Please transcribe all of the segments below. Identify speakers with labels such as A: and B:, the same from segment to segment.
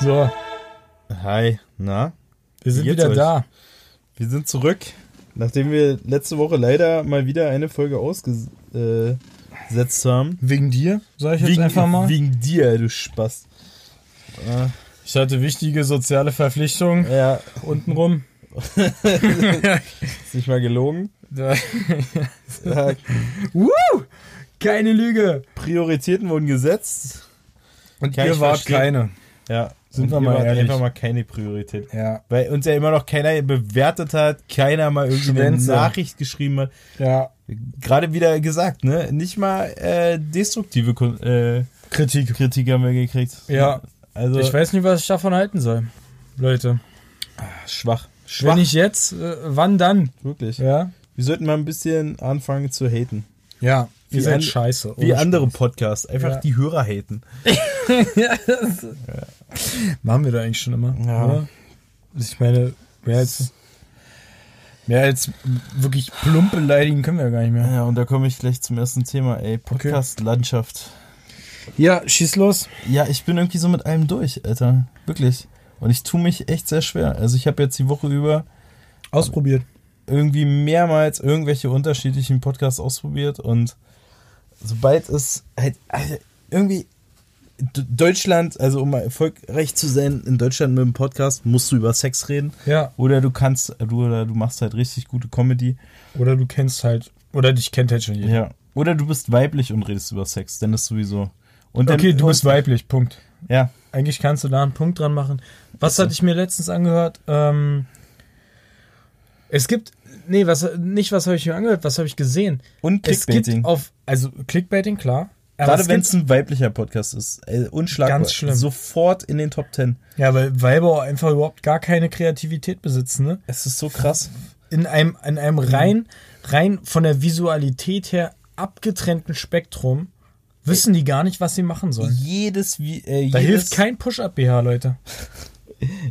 A: So,
B: Hi, na?
A: wir sind
B: Jetzt
A: wieder
B: euch.
A: da.
B: Wir sind zurück, nachdem wir letzte Woche leider mal wieder eine Folge ausgesetzt äh, setzt haben.
A: Wegen dir, sage ich jetzt einfach mal.
B: wegen dir, du Spaß.
A: Ich hatte wichtige soziale Verpflichtungen
B: Ja,
A: untenrum.
B: ist nicht mal gelogen.
A: Da-
B: Ja,
A: Woo! Keine Lüge.
B: Prioritäten wurden gesetzt.
A: Und
B: Kann
A: ihr
B: ich
A: wart
B: verstehen.
A: keine.
B: Ja,
A: Sind
B: und
A: wir
B: ihr
A: mal
B: wart
A: ehrlich.
B: einfach mal keine Priorität.
A: Ja.
B: Weil uns ja immer noch keiner bewertet hat, keiner mal irgendwie eine
A: Schwänze.
B: Nachricht geschrieben hat.
A: Ja.
B: Gerade wieder gesagt, ne? Nicht mal äh, destruktive Kon äh, Kritik. Kritik haben wir gekriegt.
A: Ja.
B: Also
A: Ich weiß nicht, was ich davon halten soll. Leute.
B: schwach. Schwach.
A: Wenn ich jetzt, äh, wann dann?
B: Wirklich.
A: Ja.
B: Wir sollten mal ein bisschen anfangen zu haten.
A: Ja. Ihr
B: Wie
A: seid
B: an-
A: scheiße. Oh,
B: Wie
A: Ohne
B: andere Podcasts. Einfach
A: Ja.
B: die Hörer haten.
A: Spaß. Machen wir da eigentlich schon immer.
B: Ja.
A: Oder? Ich meine, mehr als, mehr als wirklich plump beleidigen können wir ja gar nicht mehr.
B: Ja, und da komme ich gleich zum ersten Thema, ey. Podcast-Landschaft.
A: Ja, schieß los.
B: Ja, ich bin irgendwie so mit allem durch, Alter. Wirklich. Und ich tue mich echt sehr schwer. Also ich habe jetzt die Woche über
A: Ausprobiert.
B: irgendwie mehrmals irgendwelche unterschiedlichen Podcasts ausprobiert und sobald es halt also irgendwie D- Deutschland, also um mal erfolgreich zu sein in Deutschland mit dem Podcast, musst du über Sex reden
A: Ja.
B: oder du kannst du oder du machst halt richtig gute Comedy.
A: Oder du kennst halt, oder dich kennt halt schon jeder.
B: Ja. Oder du bist weiblich und redest über Sex, dann ist sowieso. Und dann,
A: Okay, du
B: Ähm, und,
A: bist weiblich, Punkt.
B: Ja.
A: Eigentlich kannst du da einen Punkt dran machen. Was hatte ich mir letztens angehört? Ähm, es gibt, nee, was, nicht was habe ich mir angehört, was habe ich gesehen?
B: Und
A: Es gibt
B: Clickbaiting.
A: auf, also Clickbaiting, klar. Aber
B: Gerade
A: es
B: wenn
A: gibt-
B: es ein weiblicher Podcast ist, äh, unschlagbar.
A: Ganz schlimm.
B: Sofort in den Top Ten.
A: Ja, weil Weiber auch einfach überhaupt gar keine Kreativität besitzen, ne?
B: Es ist so krass.
A: in einem, in
B: Mhm.
A: einem rein, rein von der Visualität her abgetrennten Spektrum wissen die gar nicht, was sie machen sollen.
B: Jedes, wie, äh,
A: Da
B: jedes
A: hilft kein Push-Up-BH, Leute.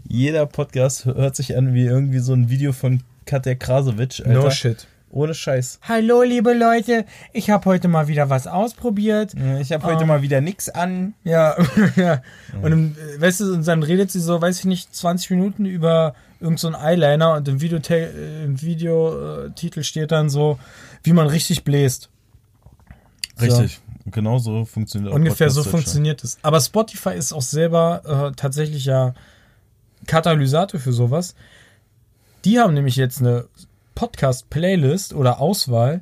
B: Jeder Podcast hört sich an wie irgendwie so ein Video von Katja Krasowitsch, Alter.
A: shit.
B: Ohne Scheiß.
A: Hallo, liebe Leute. Ich habe heute mal wieder was ausprobiert.
B: Ich habe heute
A: Ähm.
B: mal wieder nix an.
A: Ja, ja. Und, im, äh, weißt du, und dann redet sie so, weiß ich nicht, 20 Minuten über irgendeinen so einen Eyeliner und im Videotitel im Video, äh, Titel steht dann so, wie man richtig bläst.
B: Richtig. Genau so funktioniert auch
A: Ungefähr so
B: Podcast
A: funktioniert es. Aber Spotify ist auch selber äh, tatsächlich ja Katalysator für sowas. Die haben nämlich jetzt eine Podcast-Playlist oder Auswahl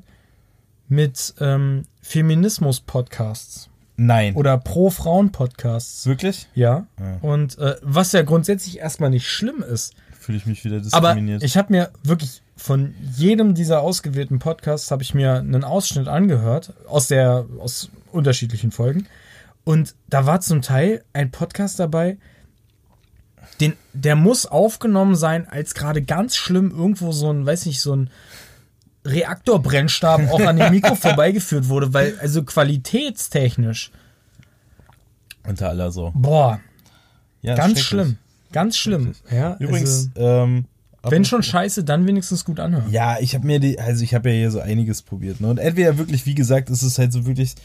A: mit ähm, Feminismus-Podcasts
B: Deutschland. Nein.
A: oder Pro-Frauen-Podcasts.
B: Wirklich?
A: Ja.
B: Ja.
A: Und äh, was ja grundsätzlich erstmal nicht schlimm ist.
B: Fühle ich mich wieder
A: Aber
B: diskriminiert.
A: ich habe mir wirklich von jedem dieser ausgewählten Podcasts habe ich mir einen Ausschnitt angehört aus der aus unterschiedlichen Folgen und da war zum Teil ein Podcast dabei, den der muss aufgenommen sein, als gerade ganz schlimm irgendwo so ein, weiß nicht, so ein Reaktorbrennstab auch an dem Mikro vorbeigeführt wurde, weil also qualitätstechnisch,
B: Unter aller so.
A: boah,
B: Ja,
A: ganz
B: schrecklich.
A: schlimm, ganz schlimm. Ja,
B: Übrigens,
A: also,
B: ähm,
A: wenn schon scheiße, dann wenigstens gut anhören.
B: Ja, ich habe mir die, also ich habe ja hier so einiges probiert. Ne? Und entweder wirklich, wie gesagt, ist es halt so wirklich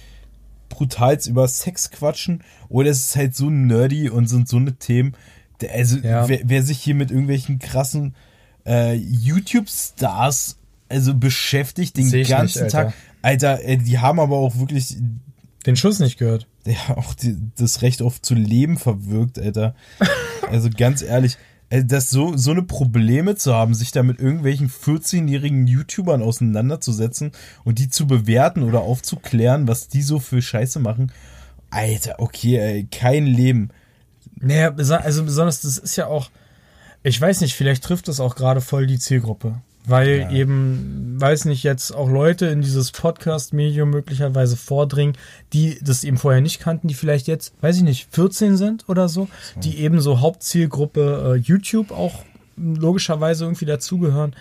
B: brutal über Sex quatschen oder es ist halt so nerdy und sind so eine Themen. Der- Also
A: Ja.
B: wer, wer sich hier mit irgendwelchen krassen äh, YouTube-Stars also beschäftigt den
A: Seh ich
B: ganzen
A: nicht,
B: Tag. Alter, äh, die haben aber auch wirklich
A: Den Schuss nicht gehört.
B: ja, auch die, das Recht auf zu leben verwirkt, Alter. Also ganz ehrlich, also das so, so eine Probleme zu haben, sich da mit irgendwelchen 14-jährigen YouTubern auseinanderzusetzen und die zu bewerten oder aufzuklären, was die so für Scheiße machen. Alter, okay, ey, kein Leben.
A: Naja, besa- also besonders, das ist ja auch, ich weiß nicht, vielleicht trifft das auch gerade voll die Zielgruppe. Weil eben, weiß nicht, jetzt auch Leute in dieses Podcast-Medium möglicherweise vordringen, die das eben vorher nicht kannten, die vielleicht jetzt, weiß ich nicht, 14 sind oder so, die eben so Hauptzielgruppe äh, YouTube auch logischerweise irgendwie dazugehören.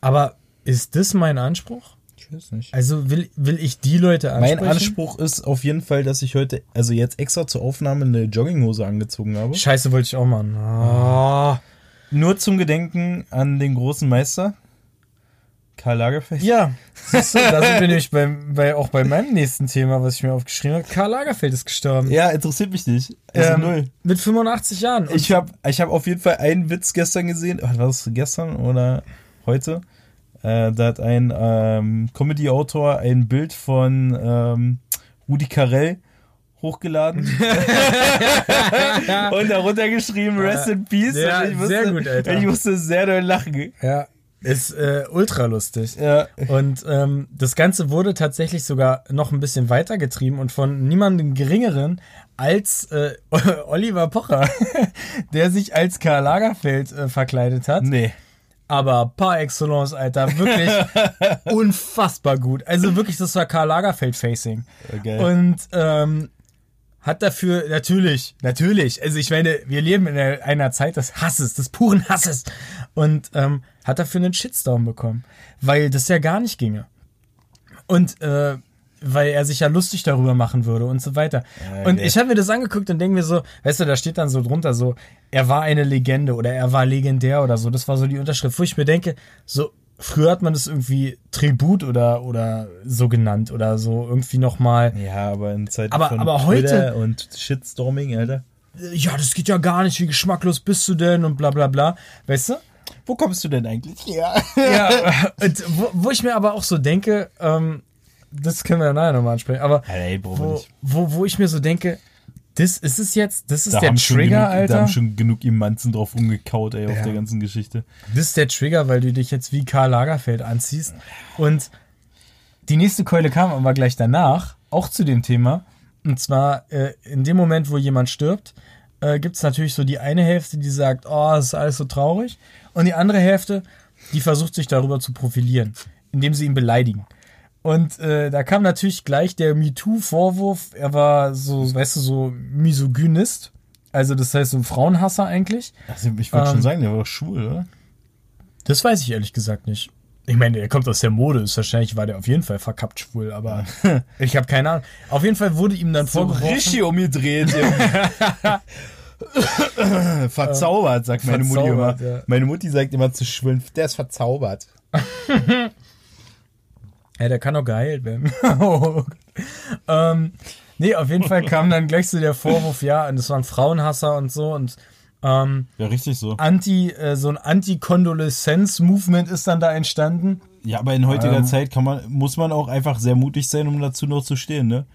A: Aber ist das mein Anspruch?
B: Ich weiß nicht.
A: Also will, will ich die Leute ansprechen?
B: Äh, Mein Anspruch ist auf jeden Fall, dass ich heute, also jetzt extra zur Aufnahme eine Jogginghose angezogen habe.
A: Scheiße, wollte ich auch machen. Ah.
B: Nur zum Gedenken an den großen Meister. Karl Lagerfeld?
A: Ja, siehst du, da sind wir nämlich beim, bei, auch bei meinem nächsten Thema, was ich mir aufgeschrieben habe. Karl Lagerfeld ist gestorben.
B: Ja, interessiert mich nicht. Also
A: Ähm,
B: null.
A: Mit 85 Jahren. Und
B: Ich habe ich hab auf jeden Fall einen Witz gestern gesehen. Ach, War das gestern oder heute? Äh, da hat ein ähm, Comedy-Autor ein Bild von ähm, Rudi Carell hochgeladen und darunter geschrieben Rest in Peace.
A: Ja,
B: und ich
A: sehr gut, Alter.
B: Ich musste sehr doll lachen.
A: ja, ist äh, ultra lustig.
B: Ja.
A: Und ähm, das Ganze wurde tatsächlich sogar noch ein bisschen weitergetrieben und von niemandem Geringeren als äh, Oliver Pocher, der sich als Karl Lagerfeld äh, verkleidet hat.
B: Nee.
A: Aber par excellence, Alter, wirklich unfassbar gut. Also wirklich, das war Karl Lagerfeld-Facing.
B: Okay.
A: Und ähm, hat dafür natürlich, natürlich, also ich meine, wir leben in einer- einer Zeit des Hasses, des puren Hasses. Und ähm, hat dafür einen Shitstorm bekommen, weil das ja gar nicht ginge. Und äh, weil er sich ja lustig darüber machen würde und so weiter.
B: Ja,
A: Und
B: geil.
A: ich habe mir das angeguckt und denke mir so, weißt du, da steht dann so drunter so, er war eine Legende oder er war legendär oder so. Das war so die Unterschrift, wo ich mir denke, so früher hat man das irgendwie Tribut oder oder so genannt oder so irgendwie noch mal
B: Ja, aber in Zeiten
A: Aber-
B: von
A: aber heute-
B: Twitter und Shitstorming, Alter.
A: äh, ja, das geht ja gar nicht, wie geschmacklos bist du denn und bla bla bla. Weißt du?
B: Wo kommst du denn eigentlich her?
A: Ja, und wo, wo ich mir aber auch so denke, ähm, das können wir ja nachher nochmal ansprechen, aber
B: Alter, ey, brauchen wir
A: wo,
B: nicht.
A: wo, wo ich mir so denke, das ist es jetzt, das ist
B: Da
A: der
B: haben schon
A: Trigger,
B: genug, Da
A: Alter.
B: haben schon genug Imanzen drauf rumgekaut, ey, auf
A: Ja.
B: der ganzen Geschichte.
A: Das ist der Trigger, weil du dich jetzt wie Karl Lagerfeld anziehst. Und die nächste Keule kam aber gleich danach, auch zu dem Thema. Und zwar äh, in dem Moment, wo jemand stirbt, äh, gibt es natürlich so die eine Hälfte, die sagt, oh, es ist alles so traurig. Und die andere Hälfte, die versucht sich darüber zu profilieren, indem sie ihn beleidigen. Und äh, da kam natürlich gleich der MeToo-Vorwurf, er war so, weißt du, so Misogynist. Also das heißt so ein Frauenhasser eigentlich.
B: Also ich wollte
A: Ähm,
B: schon sagen, der war doch schwul, oder?
A: Das weiß ich ehrlich gesagt nicht. Ich meine, er kommt aus der Mode, ist wahrscheinlich war der auf jeden Fall verkappt schwul, aber ich habe keine Ahnung. Auf jeden Fall wurde ihm dann vorgeworfen.
B: um umgedreht. Junge. verzaubert, sagt meine Mutti immer.
A: Verzaubert, ja.
B: Meine Mutti sagt immer zu Schwimmen, der ist verzaubert.
A: Ja, der kann auch geheilt werden. oh, Gott. ähm, nee, auf jeden Fall kam dann gleich so der Vorwurf, ja, und das war ein Frauenhasser und so und ähm,
B: Ja, richtig so.
A: Anti, äh, so ein Anti-Kondoleszenz-Movement ist dann da entstanden.
B: Ja, aber in heutiger
A: Ähm.
B: Zeit kann man, muss man auch einfach sehr mutig sein, um dazu noch zu stehen, ne?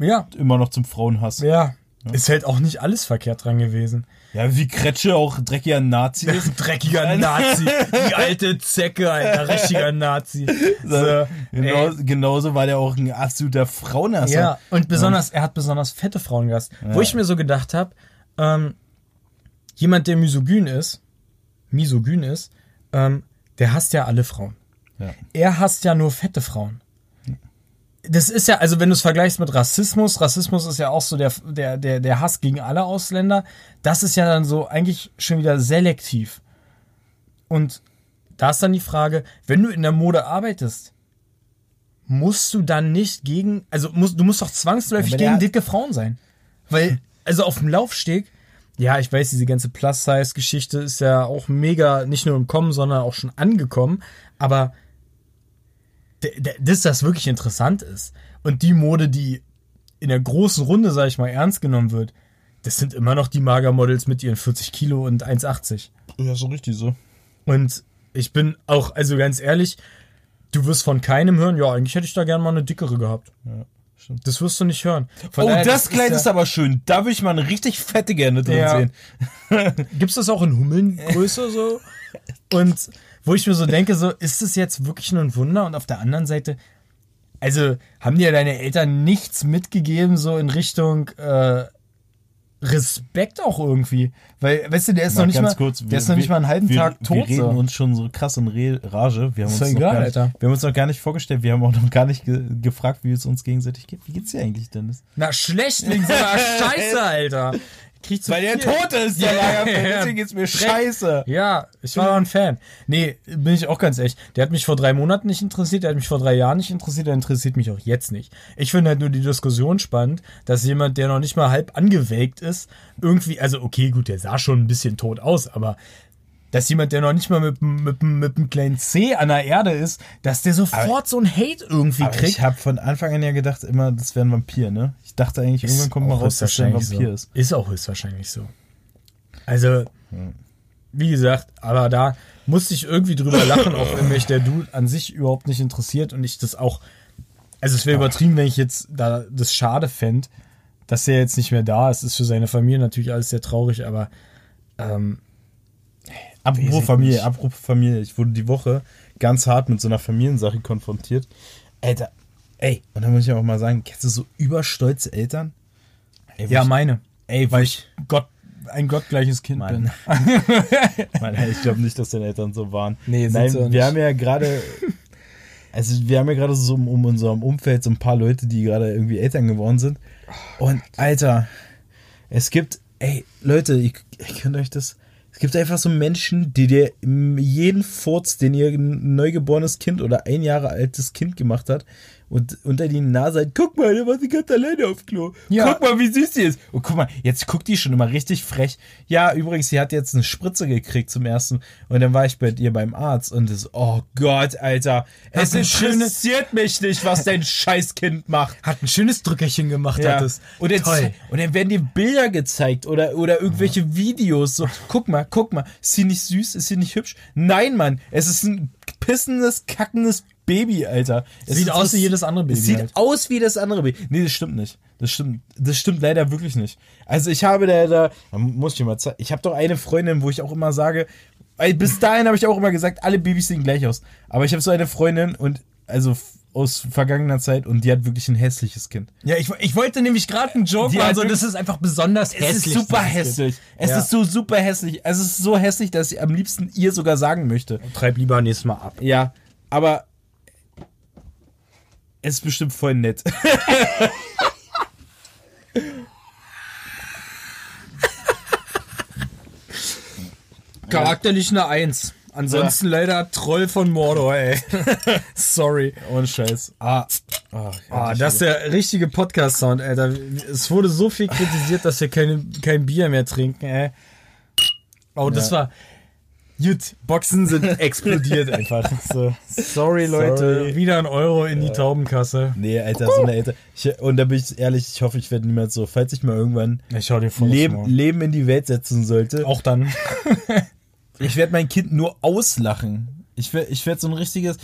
A: Ja,
B: Immer noch zum Frauenhass. Ja,
A: ja. Ist halt auch nicht alles verkehrt dran gewesen.
B: wie Kretsche auch dreckiger Nazi ist.
A: Dreckiger Nazi. Die alte Zecke, Alter. Richtiger Nazi. So,
B: Genau,
A: ey.
B: genauso war der auch ein absoluter Frauenhasser.
A: Ja, und besonders, er hat besonders fette Frauen gehasst. Wo ich mir so gedacht habe, ähm, jemand, der misogyn ist, misogyn ist, ähm, der hasst ja alle Frauen.
B: Ja.
A: Er hasst ja nur fette Frauen. Das ist ja, also wenn du es vergleichst mit Rassismus, Rassismus ist ja auch so der, der, der, der Hass gegen alle Ausländer. Das ist ja dann so eigentlich schon wieder selektiv. Und da ist dann die Frage, wenn du in der Mode arbeitest, musst du dann nicht gegen, also musst, du musst doch zwangsläufig
B: Ja, aber der
A: gegen
B: hat-
A: dicke Frauen sein. Weil, also auf dem Laufsteg, ja, ich weiß, diese ganze Plus-Size-Geschichte ist ja auch mega, nicht nur im Kommen, sondern auch schon angekommen. Aber d- d- dass das wirklich interessant ist und die Mode, die in der großen Runde, sag ich mal, ernst genommen wird, das sind immer noch die Magermodels mit ihren 40 Kilo und 1,80.
B: Ja, so richtig so.
A: Und ich bin auch, also ganz ehrlich, du wirst von keinem hören, ja, eigentlich hätte ich da gerne mal eine dickere gehabt.
B: Ja, stimmt.
A: Das wirst du nicht hören. Von
B: oh,
A: daher,
B: das Kleid ist
A: ja,
B: aber schön. Da will ich mal eine richtig fette gerne drin
A: Ja.
B: sehen.
A: Gibt's das auch in Hummelngröße so? Und wo ich mir so denke, so, ist es jetzt wirklich nur ein Wunder? Und auf der anderen Seite, also haben dir deine Eltern nichts mitgegeben, so in Richtung äh, Respekt auch irgendwie. Weil, weißt du, der ist noch nicht, mal, der ist noch nicht mal einen halben
B: wir,
A: Tag
B: Wir
A: tot.
B: reden
A: so.
B: uns schon so krass in Re Rage. Wir haben,
A: Ist
B: uns
A: doch
B: noch
A: egal,
B: gar nicht,
A: Alter.
B: wir haben uns noch gar nicht vorgestellt. Wir haben auch noch gar nicht ge gefragt, wie es uns gegenseitig geht. Wie geht's dir eigentlich, Dennis?
A: Na, Schlechtling, sag mal, scheiße, Alter. Krieg zu viel.
B: ist,
A: Ja, ja. Dreck. Ja, ich war doch ein Fan. Nee, bin ich auch ganz echt. Der hat mich vor drei Monaten nicht interessiert, der hat mich vor drei Jahren nicht interessiert, der interessiert mich auch jetzt nicht. Ich finde halt nur die Diskussion spannend, dass jemand, der noch nicht mal halb angewelkt ist, irgendwie, also okay, gut, der sah schon ein bisschen tot aus, aber dass jemand, der noch nicht mal mit, mit, mit einem kleinen C an der Erde ist, dass der sofort
B: Aber-
A: so ein Hate irgendwie
B: Aber
A: kriegt.
B: ich habe von Anfang an ja gedacht, immer, das wäre ein Vampir, ne? Ich dachte eigentlich, irgendwann kommt mal
A: auch
B: raus, dass der ein
A: höchstwahrscheinlich
B: Vampir
A: so.
B: ist. Hm.
A: Ist auch höchstwahrscheinlich so. Also, wie gesagt, aber da musste ich irgendwie drüber lachen, auch wenn mich der Dude an sich überhaupt nicht interessiert und ich das auch. Also, es wäre übertrieben, wenn ich jetzt da das schade fände, dass er jetzt nicht mehr da ist. Ist für seine Familie natürlich alles sehr traurig, aber ähm, Weiß
B: Apropos
A: ich
B: Familie,
A: nicht.
B: apropos Familie. Ich wurde die Woche ganz hart mit so einer Familiensache konfrontiert. Alter, ey, und da muss ich auch mal sagen, kennst du so überstolze Eltern? Ey, wo
A: ja,
B: ich-
A: meine.
B: ey, weil ich,
A: Gott, ein gottgleiches Kind
B: Mann.
A: bin.
B: Mann, ey, ich glaube nicht, dass deine Eltern so waren.
A: Nee, sind
B: Nein,
A: sie auch nicht.
B: wir haben ja gerade, also wir haben ja gerade so um, um unserem Umfeld so ein paar Leute, die gerade irgendwie Eltern geworden sind. Und Alter, es gibt, ey, Leute, ihr, ihr könnt euch das. Es gibt einfach so Menschen, die dir m- jeden Furz, den ihr ein neugeborenes Kind oder ein Jahre altes Kind gemacht hat, und unter die Nase halt, guck mal, der war sie ganz alleine auf Klo.
A: Ja.
B: Guck mal, wie süß die ist. Und guck mal, jetzt guckt die schon immer richtig frech. Ja, übrigens, sie hat jetzt eine Spritze gekriegt zum ersten. Und dann war ich bei ihr beim Arzt und das, oh Gott, Alter, es
A: ein schönes-
B: interessiert mich nicht, was dein Scheißkind macht.
A: Hat ein schönes Drückerchen gemacht,
B: Ja.
A: hat es.
B: Und, jetzt,
A: Toll.
B: und dann werden dir Bilder gezeigt oder, oder irgendwelche Videos. So, guck mal, guck mal, ist sie nicht süß? Ist sie nicht hübsch? Nein, Mann, es ist ein pissendes, kackendes Baby, Alter. Es
A: Sieht
B: ist-
A: aus wie jedes andere Baby
B: Es sieht
A: halt.
B: aus wie das andere Baby. Nee, das stimmt nicht. Das stimmt, das stimmt leider wirklich nicht. Also ich habe da, da da muss ich dir mal zeigen. Ich habe doch eine Freundin, wo ich auch immer sage, weil bis dahin habe ich auch immer gesagt, alle Babys sehen gleich aus. Aber ich habe so eine Freundin und also f- aus vergangener Zeit und die hat wirklich ein hässliches Kind.
A: Ja, ich, ich wollte nämlich gerade einen Joke
B: Die
A: machen,
B: hat
A: so,
B: wirklich-
A: das ist einfach besonders hässlich.
B: Es ist super
A: dieses Kind.
B: hässlich. Es
A: Ja.
B: ist so super hässlich. Es ist so hässlich, dass ich am liebsten ihr sogar sagen möchte.
A: Treib lieber nächstes Mal ab.
B: Ja, aber es ist bestimmt voll nett.
A: Charakterlich eine Eins. Ansonsten leider Troll von Mordor, ey. Sorry.
B: Ohne Scheiß. Ah, ah,
A: Ah, das ist der richtige Podcast-Sound, Alter. Es wurde so viel kritisiert, dass wir keine, kein Bier mehr trinken, ey. Oh, das war. Gut, Boxen sind explodiert einfach. So. Sorry, Leute.
B: Sorry.
A: Wieder ein Euro in die Taubenkasse.
B: Nee, Alter, so eine Alter. Ich, und da bin ich ehrlich, ich hoffe, ich werde niemals so, falls ich mal irgendwann
A: Ich schau dir vor.
B: Leben, Leben in die Welt setzen sollte.
A: Auch dann.
B: Ich werde mein Kind nur auslachen. Ich werde ich werd so ein richtiges.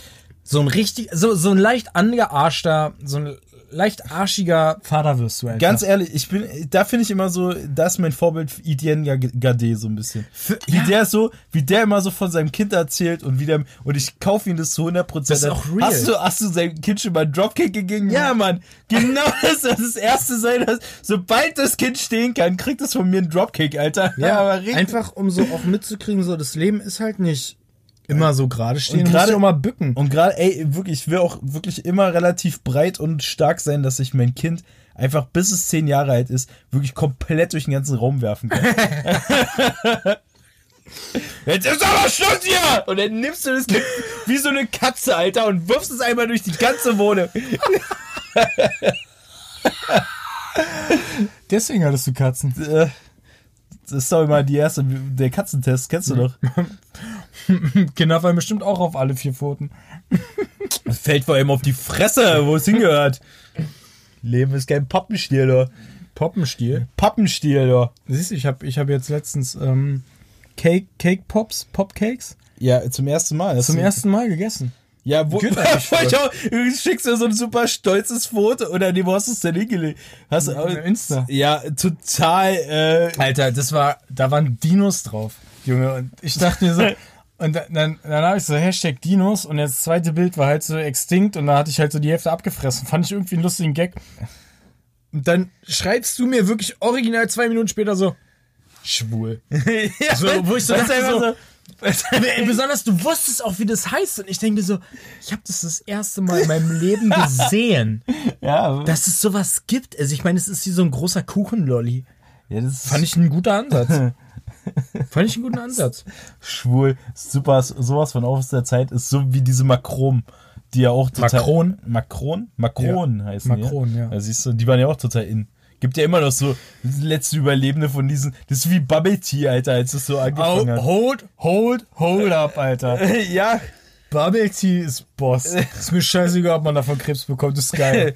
A: So ein richtig, so, so ein leicht angearschter, so ein leicht arschiger Vater wirst du einfach.
B: Ganz ehrlich, ich bin, da finde ich immer so, das ist mein Vorbild Etienne Ga- Gade so ein bisschen.
A: Für-
B: Wie
A: ja.
B: der so, wie der immer so von seinem Kind erzählt und wie der, und ich kaufe ihm das zu 100 Prozent.
A: Das ist auch real.
B: Hast du, hast du seinem Kind schon mal einen Dropkick gegeben? Ja, Mann. Genau das soll das erste sein, dass, sobald das Kind stehen kann, kriegt es von mir einen Dropkick, Alter.
A: Ja,
B: aber richtig.
A: einfach um so auch mitzukriegen, so das Leben ist halt nicht immer so gerade stehen.
B: Und
A: Du musst
B: gerade-
A: dich auch mal bücken.
B: Und gerade, ey, wirklich, ich will auch wirklich immer relativ breit und stark sein, dass ich mein Kind einfach, bis es zehn Jahre alt ist, wirklich komplett durch den ganzen Raum werfen kann. Jetzt ist aber Schluss hier! Und dann nimmst du das Kind wie so eine Katze, Alter, und wirfst es einmal durch die ganze Wohnung.
A: Deswegen hattest du Katzen.
B: Äh, Das ist doch immer die erste, der Katzentest, kennst du doch.
A: Kinder fallen bestimmt auch auf alle vier Pfoten.
B: Das fällt vor allem auf die Fresse, wo es hingehört. Leben ist kein Pappenstiel, doch.
A: Poppenstiel.
B: Pappenstiel, doch.
A: Siehst du, ich habe ich hab jetzt letztens ähm, Cake, Cake Pops, Popcakes
B: Ja, zum ersten Mal. Das
A: zum
B: ist-
A: ersten Mal gegessen.
B: Ja, wo,
A: Geht eigentlich
B: Wollte ich auch, du schickst mir so ein super stolzes Foto und an dem hast du es dann hingelegt. Hast du
A: Auf Insta.
B: Ja, total. Äh,
A: Alter, das war, Ah, da waren Dinos drauf, Junge. Und ich dachte mir so, und dann, dann, dann habe ich so Hashtag Dinos und das zweite Bild war halt so extinct und da hatte ich halt so die Hälfte abgefressen. Fand ich irgendwie einen lustigen Gag. Und dann schreibst du mir wirklich original zwei Minuten später so, schwul.
B: ja,
A: So, wo ich so
B: weißt
A: dachte,
B: du, einfach
A: so- Ey, Besonders, du wusstest auch, wie das heißt. Und ich denke mir so, ich habe das das erste Mal in meinem Leben gesehen,
B: ja,
A: dass es sowas gibt. Also ich meine, es ist wie so ein großer Kuchenlolli.
B: ja, das ist
A: Fand ich einen guten Ansatz. Fand ich einen guten Ansatz.
B: schwul. Super, sowas von aus der Zeit ist so wie diese Makrom. Die ja auch total.
A: Makron?
B: Makron? Makron heißen die. Also
A: Makron, ja.
B: Da siehst du, die waren ja auch total in. Gibt ja immer noch so letzte Überlebende von diesen. Das ist wie Bubble Tea, Alter, als es so angefangen hat.
A: hold, hold, hold up, Alter.
B: ja,
A: Bubble Tea ist Boss. ist mir scheißegal, ob man davon Krebs bekommt, ist geil.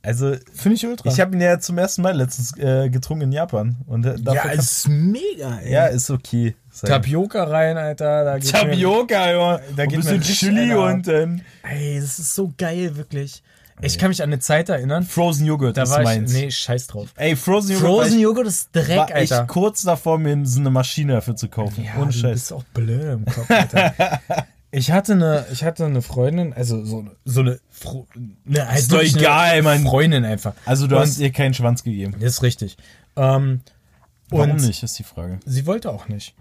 B: also
A: Finde ich ultra.
B: ich habe ihn ja zum ersten Mal letztens äh, getrunken in Japan und äh, dafür
A: ja,
B: kann-
A: ist mega, ey.
B: ja, ist okay. Sag-
A: Tapioca rein, Alter. Da geht's mir-
B: Tapioca, ja.
A: Da
B: ein
A: geht mir
B: bisschen
A: richtig
B: Chili
A: einer ab.
B: und ähm,
A: Ey, das ist so geil, wirklich. Ich kann mich an eine Zeit erinnern,
B: Frozen Joghurt
A: da
B: ist
A: war ich.
B: meins.
A: Nee, scheiß drauf.
B: Ey, Frozen Joghurt. war
A: Frozen
B: ich-
A: Joghurt ist Dreck,
B: war ich Oh,
A: Alter.
B: kurz davor, mir so eine Maschine dafür zu kaufen.
A: Ja,
B: Ohne
A: du
B: Scheiß.
A: bist auch blöd im Kopf, Alter. ich hatte eine, ich hatte eine Freundin, also so eine, so eine, Fro ne, halt
B: Ist doch
A: wirklich eine
B: egal, Mann.
A: Freundin einfach.
B: Also du
A: Und-
B: hast ihr keinen Schwanz gegeben.
A: Das ist richtig. Ähm,
B: Warum
A: und
B: nicht, ist die Frage.
A: sie wollte auch nicht.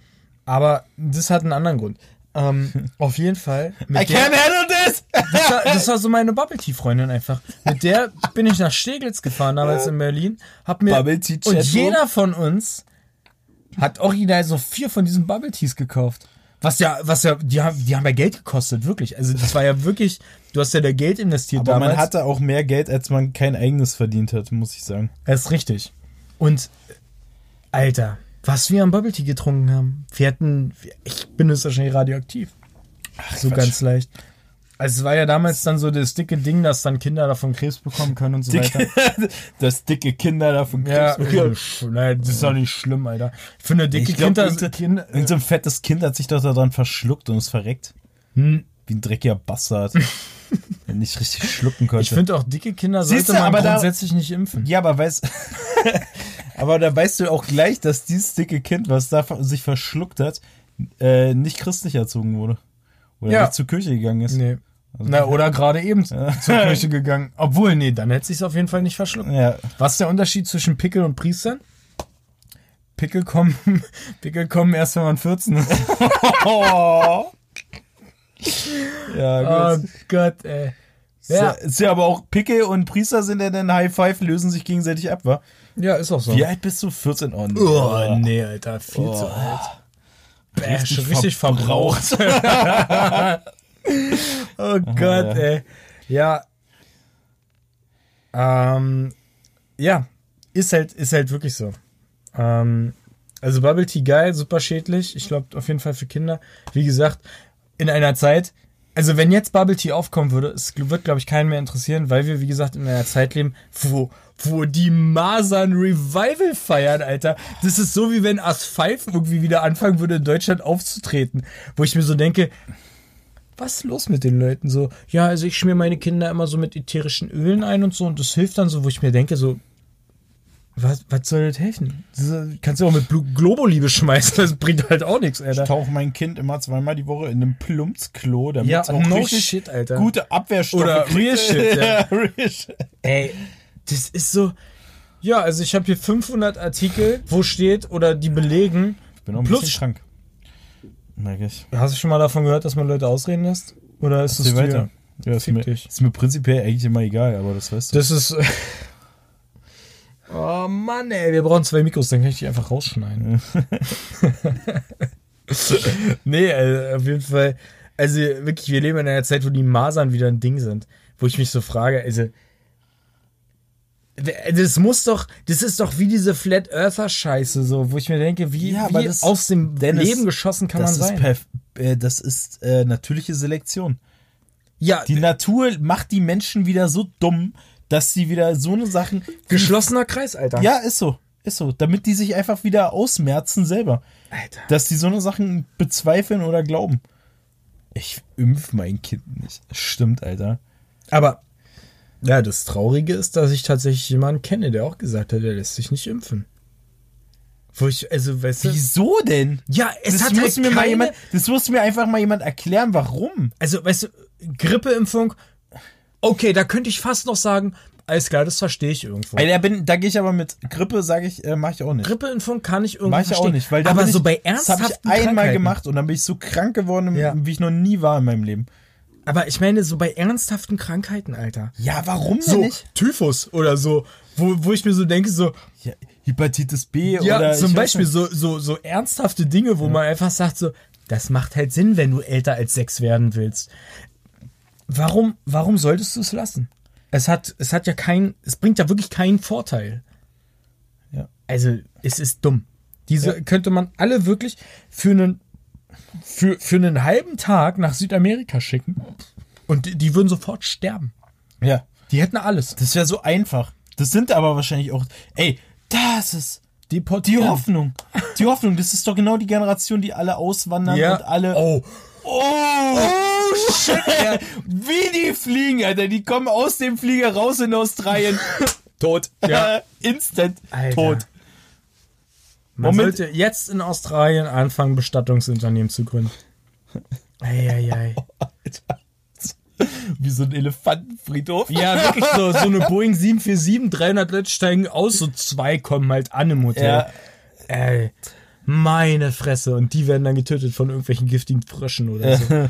A: Aber das hat einen anderen Grund. Ähm, auf jeden Fall. Mit
B: I can't handle this!
A: das, war, das war so meine Bubble Tea Freundin einfach. Mit der bin ich nach Steglitz gefahren damals in Berlin. Hab mir
B: Bubble Tea
A: und
B: Chat
A: jeder von uns hat original so vier von diesen Bubble Teas gekauft. Was ja, was ja, die haben, die haben ja Geld gekostet, wirklich. Also das war ja wirklich, du hast ja da Geld investiert
B: Aber
A: damals.
B: man hatte auch mehr Geld, als man kein eigenes verdient hat, muss ich sagen.
A: Das ist richtig. Und äh, Alter, was wir am Bubble Tea getrunken haben. Wir hatten, ich bin jetzt wahrscheinlich radioaktiv. so
B: Quatsch.
A: ganz leicht. Also es war ja damals dann so das dicke Ding, dass dann Kinder davon Krebs bekommen können und so weiter.
B: Dass dicke Kinder davon
A: Ja,
B: Krebs bekommen.
A: nein, das ist doch nicht schlimm, Alter. Für eine dicke
B: Ich glaube,
A: Kinder,
B: irgendein
A: Kinder
B: irgend so ein fettes Kind hat sich doch daran verschluckt und ist verreckt.
A: Hm.
B: Wie ein dreckiger Bastard. Der nicht richtig schlucken konnte.
A: ich finde auch dicke Kinder
B: Siehste,
A: sollte man
B: aber da-
A: grundsätzlich nicht impfen.
B: Ja, aber weißt. aber da weißt du auch gleich, dass dieses dicke Kind, was da ver- sich verschluckt hat, äh, nicht christlich erzogen wurde. Oder
A: Ja.
B: nicht zur Kirche gegangen ist.
A: Nee.
B: Also
A: Na, oder gerade eben zur Kirche gegangen. Obwohl, nee, dann hätte sich auf jeden Fall nicht verschluckt.
B: Ja.
A: Was ist der Unterschied zwischen Pickel und Priestern? Pickel kommen, Pickel kommen erst, wenn man 14 ist.
B: Ja,
A: Oh
B: gut.
A: Gott, ey.
B: Ja.
A: Ja,
B: Ist ja aber auch Pickel und Priester sind ja dann High Five, lösen sich gegenseitig ab, wa?
A: ja ist auch so.
B: Wie alt bist du? 14 Oh, nee.
A: Oh, nee, Alter, viel
B: Oh.
A: zu alt. Bäh,
B: Richtig
A: schon richtig verbraucht. Oh Gott,
B: ja.
A: ey. Ja. Ähm, ja, ist halt, ist halt wirklich so. Ähm, also Bubble Tea geil, super schädlich. Ich glaube, auf jeden Fall für Kinder. Wie gesagt, in einer Zeit, also wenn jetzt Bubble Tea aufkommen würde, es gl- wird, glaube ich, keinen mehr interessieren, weil wir, wie gesagt, in einer Zeit leben, wo, wo die Masern Revival feiern, Alter. Das ist so, wie wenn As 5 irgendwie wieder anfangen würde, in Deutschland aufzutreten. Wo ich mir so denke, was ist los mit den Leuten? So, ja, also ich schmier meine Kinder immer so mit ätherischen Ölen ein und so und das hilft dann so, wo ich mir denke, so, was, was soll das helfen? Diese, kannst du auch mit Blu- Globoliebe schmeißen, das bringt halt auch nichts,
B: Ich
A: Alter.
B: tauche mein Kind immer zweimal die Woche in einem Plumpsklo, damit
A: Ja,
B: es auch
A: no
B: richtig
A: shit, Alter.
B: gute Abwehrstoffe
A: Oder
B: kriegt.
A: real shit, ja.
B: real shit.
A: Ey, das ist so. Ja, also ich habe hier 500 Artikel, wo steht oder die belegen.
B: Bin auch ein
A: Plus-
B: bisschen krank. Merke ich.
A: Hast du schon mal davon gehört, dass man Leute ausreden lässt? Oder ist es
B: Erzähl weiter.
A: dir?
B: Ja, ist,
A: Fick
B: mir,
A: dich.
B: ist mir prinzipiell eigentlich immer egal, aber das weißt du.
A: Das ist. Oh Mann, ey, wir brauchen zwei Mikros, dann kann ich die einfach rausschneiden. nee, also auf jeden Fall. Also wirklich, wir leben in einer Zeit, wo die Masern wieder ein Ding sind. Wo ich mich so frage, also. Das muss doch, das ist doch wie diese Flat Earther Scheiße, so, wo ich mir denke, wie,
B: Ja, aber
A: wie
B: das-
A: aus dem
B: Dennis,
A: Leben geschossen kann man
B: das,
A: sein.
B: ist perf- äh, das ist äh, natürliche Selektion.
A: Ja,
B: Die Natur macht die Menschen wieder so dumm, dass sie wieder so eine Sachen.
A: geschlossener Kreis, Alter.
B: Ja, ist so. Ist so. Damit die sich einfach wieder ausmerzen selber.
A: Alter.
B: Dass die so eine Sachen bezweifeln oder glauben. Ich impf mein Kind nicht. Stimmt, Alter.
A: Aber ja, das Traurige ist, dass ich tatsächlich jemanden kenne, der auch gesagt hat, er lässt sich nicht impfen. Wo ich, also, weißt du.
B: Wieso denn?
A: Ja, es halt
B: Das muss, mir mal jemand, das muss mir einfach mal jemand erklären, warum.
A: Also, weißt du, Grippeimpfung, okay, da könnte ich fast noch sagen, alles klar, das verstehe ich irgendwo.
B: Ey, da, bin- da gehe ich aber mit Grippe, sage ich, äh, mache ich auch nicht.
A: Grippeimpfung kann ich irgendwo
B: Mach ich auch
A: verstehen.
B: nicht, weil da
A: Aber
B: bin ich,
A: so bei
B: das habe ich
A: ernsthaften
B: einmal
A: Krankheiten-
B: gemacht und dann bin ich so krank geworden,
A: Ja.
B: wie ich noch nie war in meinem Leben.
A: Aber ich meine, so bei ernsthaften Krankheiten, Alter.
B: Ja, warum
A: So Typhus oder so, wo, wo ich mir so denke, so,
B: Ja, Hepatitis B
A: Ja,
B: oder
A: zum
B: ich weiß
A: Beispiel so, so, so ernsthafte Dinge, wo man einfach sagt, so, das macht halt Sinn, wenn du älter als sechs werden willst. Warum, warum solltest du es lassen? Es hat, es hat ja keinen, es bringt ja wirklich keinen Vorteil. also es ist dumm. Diese könnte man alle wirklich für einen, für, für einen halben Tag nach Südamerika schicken und die, die würden sofort sterben.
B: Ja.
A: Die hätten alles.
B: Das wäre so einfach. Das sind aber wahrscheinlich auch. Ey, das ist die
A: Deportieren.
B: Hoffnung. Die Hoffnung. Das ist doch genau die Generation, die alle auswandern
A: Ja.
B: und alle.
A: Oh,
B: Oh, shit, ey. Wie die fliegen, Alter. Die kommen aus dem Flieger raus in Australien. tot.
A: Ja.
B: Instant
A: Alter.
B: tot.
A: man
B: Moment.
A: sollte jetzt in Australien anfangen, Bestattungsunternehmen zu gründen. Eieiei.
B: Alter. Wie so ein Elefantenfriedhof.
A: Ja, wirklich so. So eine Boeing 747, 300 Leute steigen aus, so zwei kommen halt an im Hotel.
B: Ja.
A: Ey, meine Fresse. Und die werden dann getötet von irgendwelchen giftigen Fröschen oder so.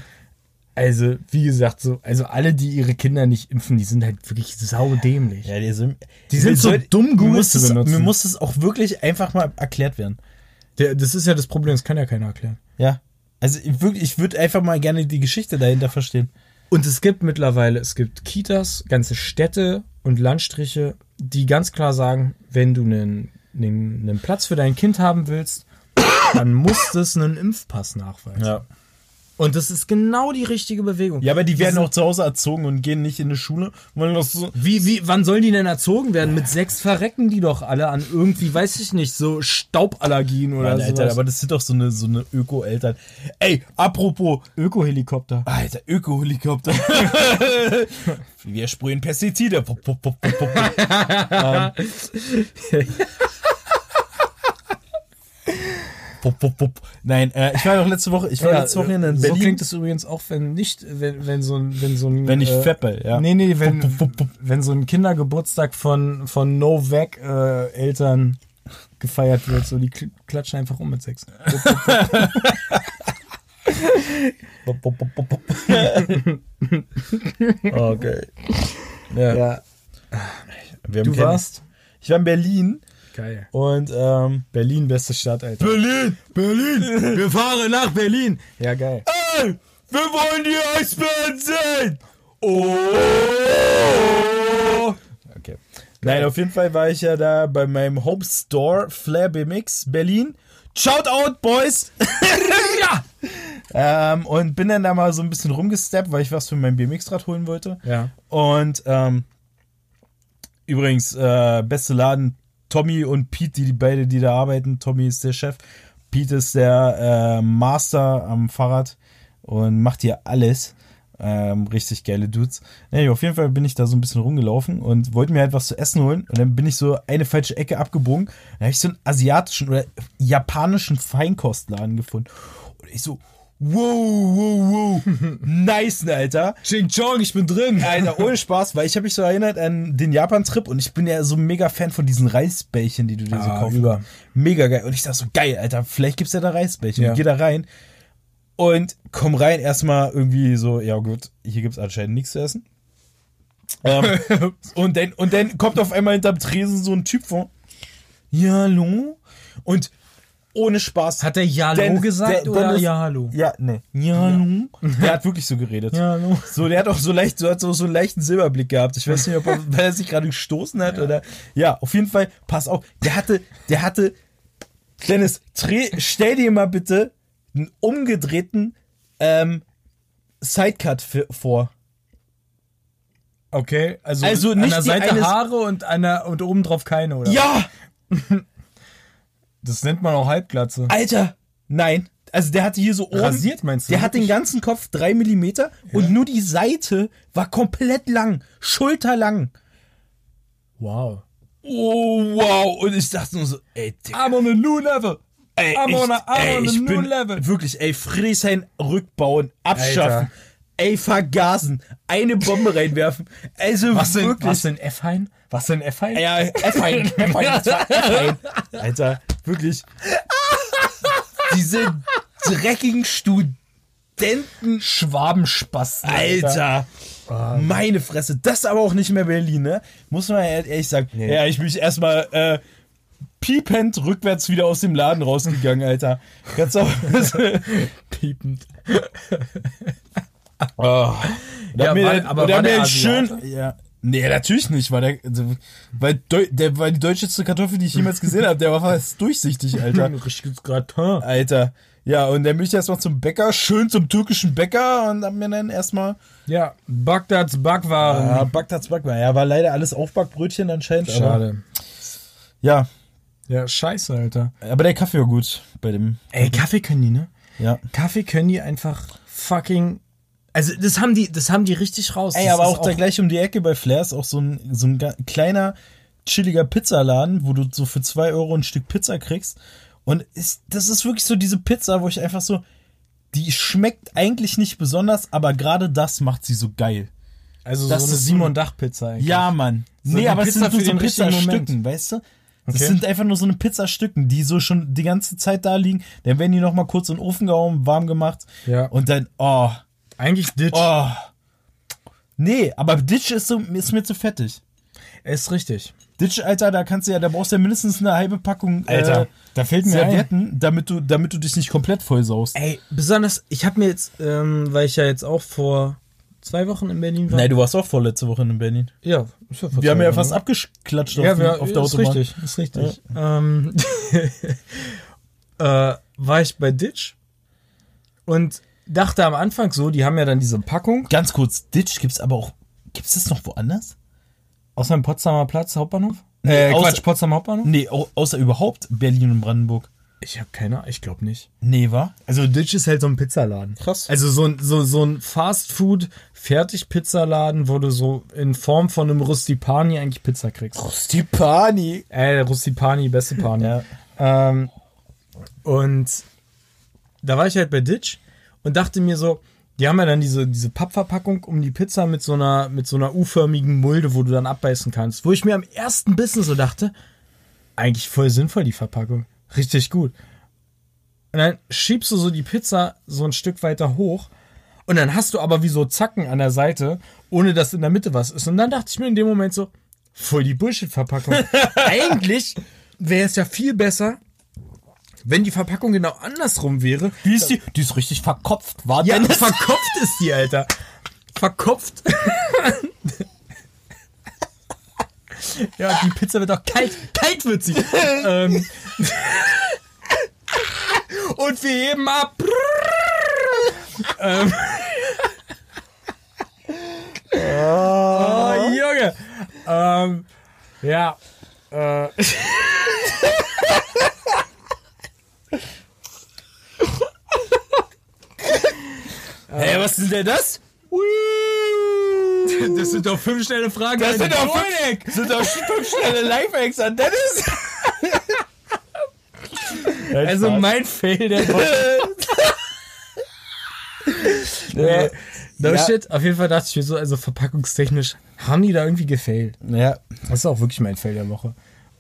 A: Also, wie gesagt, so, also alle, die ihre Kinder nicht impfen, die sind halt wirklich saudämlich.
B: Ja, die sind,
A: Die sind
B: Mir
A: so
B: soll-
A: dumm,
B: mir
A: Google
B: muss
A: zu
B: es-
A: benutzen.
B: Mir muss es auch wirklich einfach mal erklärt werden.
A: Der, das ist ja das Problem, das kann ja keiner erklären.
B: Ja. Also ich wirklich, ich würde einfach mal gerne die Geschichte dahinter verstehen.
A: Und es gibt mittlerweile, es gibt Kitas, ganze Städte und Landstriche, die ganz klar sagen, wenn du einen, einen, einen Platz für dein Kind haben willst, dann muss es einen Impfpass nachweisen. Und das ist genau die richtige Bewegung.
B: Ja, aber die werden
A: Das
B: auch zu Hause erzogen und gehen nicht in eine Schule. Man das so,
A: Wie, wie, wann sollen die denn erzogen werden? Mit sechs verrecken die doch alle an irgendwie, weiß ich nicht, so Stauballergien oder
B: Mann,
A: so.
B: Alter, aber das sind doch so eine, so eine Öko-Eltern. Ey, apropos,
A: Ökohelikopter.
B: Alter, Öko-Helikopter. Wir sprühen Pestizide. Pop, pop, pop, pop, pop. Ähm. Pop, pop, pop. Nein, äh, ich war doch letzte Woche, ich war letzte Woche in Berlin.
A: So klingt es übrigens auch, wenn nicht, wenn, wenn so ein, wenn so ein. äh,
B: Wenn ich feppel, ja.
A: Nee, nee, wenn,
B: Pup, pup, pup, pup.
A: wenn so ein Kindergeburtstag von, von No-Vac-Eltern gefeiert wird, so die kl- klatschen einfach um mit sechs.
B: Pop, pop, pop, pop, pop. okay. Ja.
A: Ja.
B: Wir haben
A: Du
B: keine-
A: warst?
B: Ich war in Berlin
A: Geil.
B: und ähm,
A: Berlin, beste Stadt, Alter.
B: Berlin, Berlin.
A: Wir fahren nach Berlin. Ja, geil.
B: Ey, wir wollen die Eisbären sehen. Oh. Okay. Nein, auf jeden Fall war ich ja da bei meinem Home Store Flair BMX Berlin. Shout out, Boys!
A: Ja!
B: ähm, und bin dann da mal so ein bisschen rumgesteppt, weil ich was für mein BMX-Rad holen wollte.
A: Ja.
B: Und ähm, übrigens, äh, beste Laden, Tommy und Pete, die, die beide, die da arbeiten. Tommy ist der Chef, Pete ist der äh, Master am Fahrrad und macht hier alles. Ähm, richtig geile Dudes. Nee, auf jeden Fall bin ich da so ein bisschen rumgelaufen und wollte mir halt was zu essen holen. Und dann bin ich so eine falsche Ecke abgebogen. Dann habe ich so einen asiatischen oder japanischen Feinkostladen gefunden. Und ich so, wow, wow, wow. nice, ne, Alter.
A: Ching Chong, ich bin drin.
B: Alter, ohne Spaß, weil ich habe mich so erinnert an den Japan-Trip und ich bin ja so mega Fan von diesen Reisbällchen, die du dir so
A: Ah,
B: kaufst.
A: über.
B: Mega geil. Und ich dachte so, geil, Alter, vielleicht gibt's ja da Reisbällchen.
A: Ja.
B: Ich geh da rein und komm rein, erstmal irgendwie so, ja gut, hier gibt's anscheinend nichts zu essen. Ähm, und, dann, und dann kommt auf einmal hinterm Tresen so ein Typ vor. Ja, hallo? Und ohne Spaß.
A: Hat der Jalo
B: Dennis-
A: gesagt
B: der-
A: oder
B: Dennis-
A: Ja Hallo?
B: Ja, nee. Ja, hallo? Der hat wirklich so geredet.
A: hallo.
B: So, der hat auch so leicht, so hat so, so einen leichten Silberblick gehabt. Ich weiß nicht, ob er, weil er sich gerade gestoßen hat oder. Ja, auf jeden Fall, pass auf. Der hatte, der hatte. Dennis, dreh, stell dir mal bitte einen umgedrehten ähm, Sidecut fi- vor.
A: Okay, also,
B: Also
A: an
B: nicht
A: der
B: die
A: Seite
B: eines-
A: Haare und an der, und oben drauf keine, oder?
B: Ja!
A: Das nennt man auch Halbglatze.
B: Alter! Nein. Also der hatte hier so oben.
A: Rasiert, meinst du?
B: Der hat den ganzen Kopf drei Millimeter und nur die Seite war komplett lang. Schulterlang.
A: Wow.
B: Oh, wow. Und ich dachte nur so, ey, Digga.
A: I'm on a new level.
B: Ey,
A: I'm
B: ich,
A: on a- I'm
B: ey,
A: on a
B: ich
A: new
B: bin
A: level.
B: wirklich, ey, Friedrichshain rückbauen, abschaffen,
A: Alter.
B: ey, vergasen, eine Bombe reinwerfen. Also
A: Was denn,
B: wirklich.
A: was denn F-Hein? Was denn F-Hein?
B: Ja, F-Hein, F-Hein, das war F-Hein. Alter, wirklich. Diese dreckigen Studenten.
A: Schwabenspasten.
B: Alter, meine Fresse, das aber auch nicht mehr Berlin, ne? Muss man ehr- ehrlich sagen. Ja, ich bin mich erstmal äh, piepend rückwärts wieder aus dem Laden rausgegangen, Alter. Ganz auf.
A: Piepend.
B: Oh. Und
A: Ja,
B: hab mir
A: war-
B: dann,
A: aber
B: und
A: war
B: hab
A: Oh.
B: mir
A: der
B: dann
A: Asiate?
B: schön. Ja, Nee, natürlich nicht, weil der, also, weil, Deu- der, weil die deutscheste Kartoffel, die ich jemals gesehen habe, der war fast durchsichtig, Alter.
A: Richtiges Gratin.
B: Alter. Ja, und dann bin ich erstmal zum Bäcker, schön zum türkischen Bäcker und hab mir dann erstmal
A: Ja, Bagdads
B: Ah,
A: Backwaren.
B: Bagdads Backwein. Ja, war leider alles Aufbackbrötchen anscheinend. Aber,
A: Schade.
B: ja,
A: Ja, scheiße, Alter.
B: aber der Kaffee war gut bei dem.
A: Ey, Kaffee können die, ne?
B: Ja.
A: Kaffee können die einfach fucking. Also das haben die, das haben die richtig raus.
B: Ey,
A: das
B: aber
A: ist
B: auch, da gleich um die Ecke bei Flares auch so ein, so ein ga- kleiner, chilliger Pizzaladen, wo du so für 2 Euro ein Stück Pizza kriegst. Und ist, das ist wirklich so diese Pizza, wo ich einfach so, die schmeckt eigentlich nicht besonders, aber gerade das macht sie so geil.
A: also
B: das
A: so eine
B: ist-
A: Simon Dach Pizza. Eigentlich.
B: Ja, Mann.
A: So
B: nee,
A: die
B: aber
A: Pizza
B: es sind nur
A: für
B: so
A: den richtigen
B: Pizzastücken,
A: Moment.
B: weißt du? Das
A: Okay.
B: sind einfach nur so eine Pizzastücken, die so schon die ganze Zeit da liegen. Dann werden die noch mal kurz in den Ofen gehauen, warm gemacht.
A: Ja.
B: Und dann, oh,
A: eigentlich Ditch.
B: oh. Nee, aber Ditch ist, so, ist mir zu fettig.
A: Ist richtig.
B: Ditch, Alter, da kannst du ja, da brauchst du ja mindestens eine halbe Packung äh,
A: da fällt
B: Servietten, damit du, damit du dich nicht komplett vollsaust.
A: Ey, besonders, ich habe mir jetzt, ähm, weil ich ja jetzt auch vor zwei Wochen in Berlin war.
B: Nein, du warst auch vorletzte Woche in Berlin.
A: Ja, ist ja vor
B: Wir
A: zwei
B: haben ja
A: Wochen,
B: fast
A: ne?
B: abgeklatscht
A: ja,
B: auf,
A: wir,
B: dem- auf der
A: ist
B: Autobahn.
A: richtig, ist richtig. Ähm, äh, war ich bei Ditch und dachte am Anfang so, die haben ja dann diese Packung.
B: Ganz kurz, Ditch gibt's aber auch, gibt's das noch woanders?
A: Außer dem Potsdamer Platz, Hauptbahnhof?
B: Nee,
A: äh,
B: außer-
A: Quatsch, Potsdamer Hauptbahnhof?
B: Nee, au- außer überhaupt Berlin und Brandenburg.
A: Ich habe keine Ahnung, ich glaube nicht.
B: Nee, war?
A: Also Ditch ist halt so ein Pizzaladen.
B: Krass.
A: Also so ein, so, so ein Fast-Food-Fertig-Pizzaladen, wo du so in Form von einem Rustipani eigentlich Pizza kriegst.
B: Stipani.
A: Äh, Rustipani, beste Pani.
B: Ja.
A: Ähm, und da war ich halt bei Ditch und dachte mir so, die haben ja dann diese, diese Pappverpackung um die Pizza mit so einer, mit so einer U-förmigen Mulde, wo du dann abbeißen kannst. Wo ich mir am ersten Bissen so dachte, eigentlich voll sinnvoll die Verpackung. Richtig gut. Und dann schiebst du so die Pizza so ein Stück weiter hoch und dann hast du aber wie so Zacken an der Seite, ohne dass in der Mitte was ist. Und dann dachte ich mir in dem Moment so, voll die Bullshit-Verpackung. Eigentlich wäre es ja viel besser, wenn die Verpackung genau andersrum wäre.
B: Die ist, die, die ist richtig verkopft, war
A: Ja,
B: denn das?
A: verkopft ist die, Alter. Verkopft. ja, die Pizza wird auch kalt. Kalt wird sie. ähm. Und wir heben ab. ähm. Oh, Junge. Ähm, ja. Äh.
B: Hey, was ist denn das?
A: Das sind doch fünf schnelle Fragen.
B: Das
A: an
B: sind doch
A: Dominik.
B: fünf, sind doch fünf schnelle Lifehacks an Dennis.
A: Also mein Fail der Woche. Äh, no
B: Ja.
A: shit, auf jeden Fall dachte ich mir so, also verpackungstechnisch haben die da irgendwie gefailt.
B: ja.
A: Das ist auch wirklich mein Fail der Woche.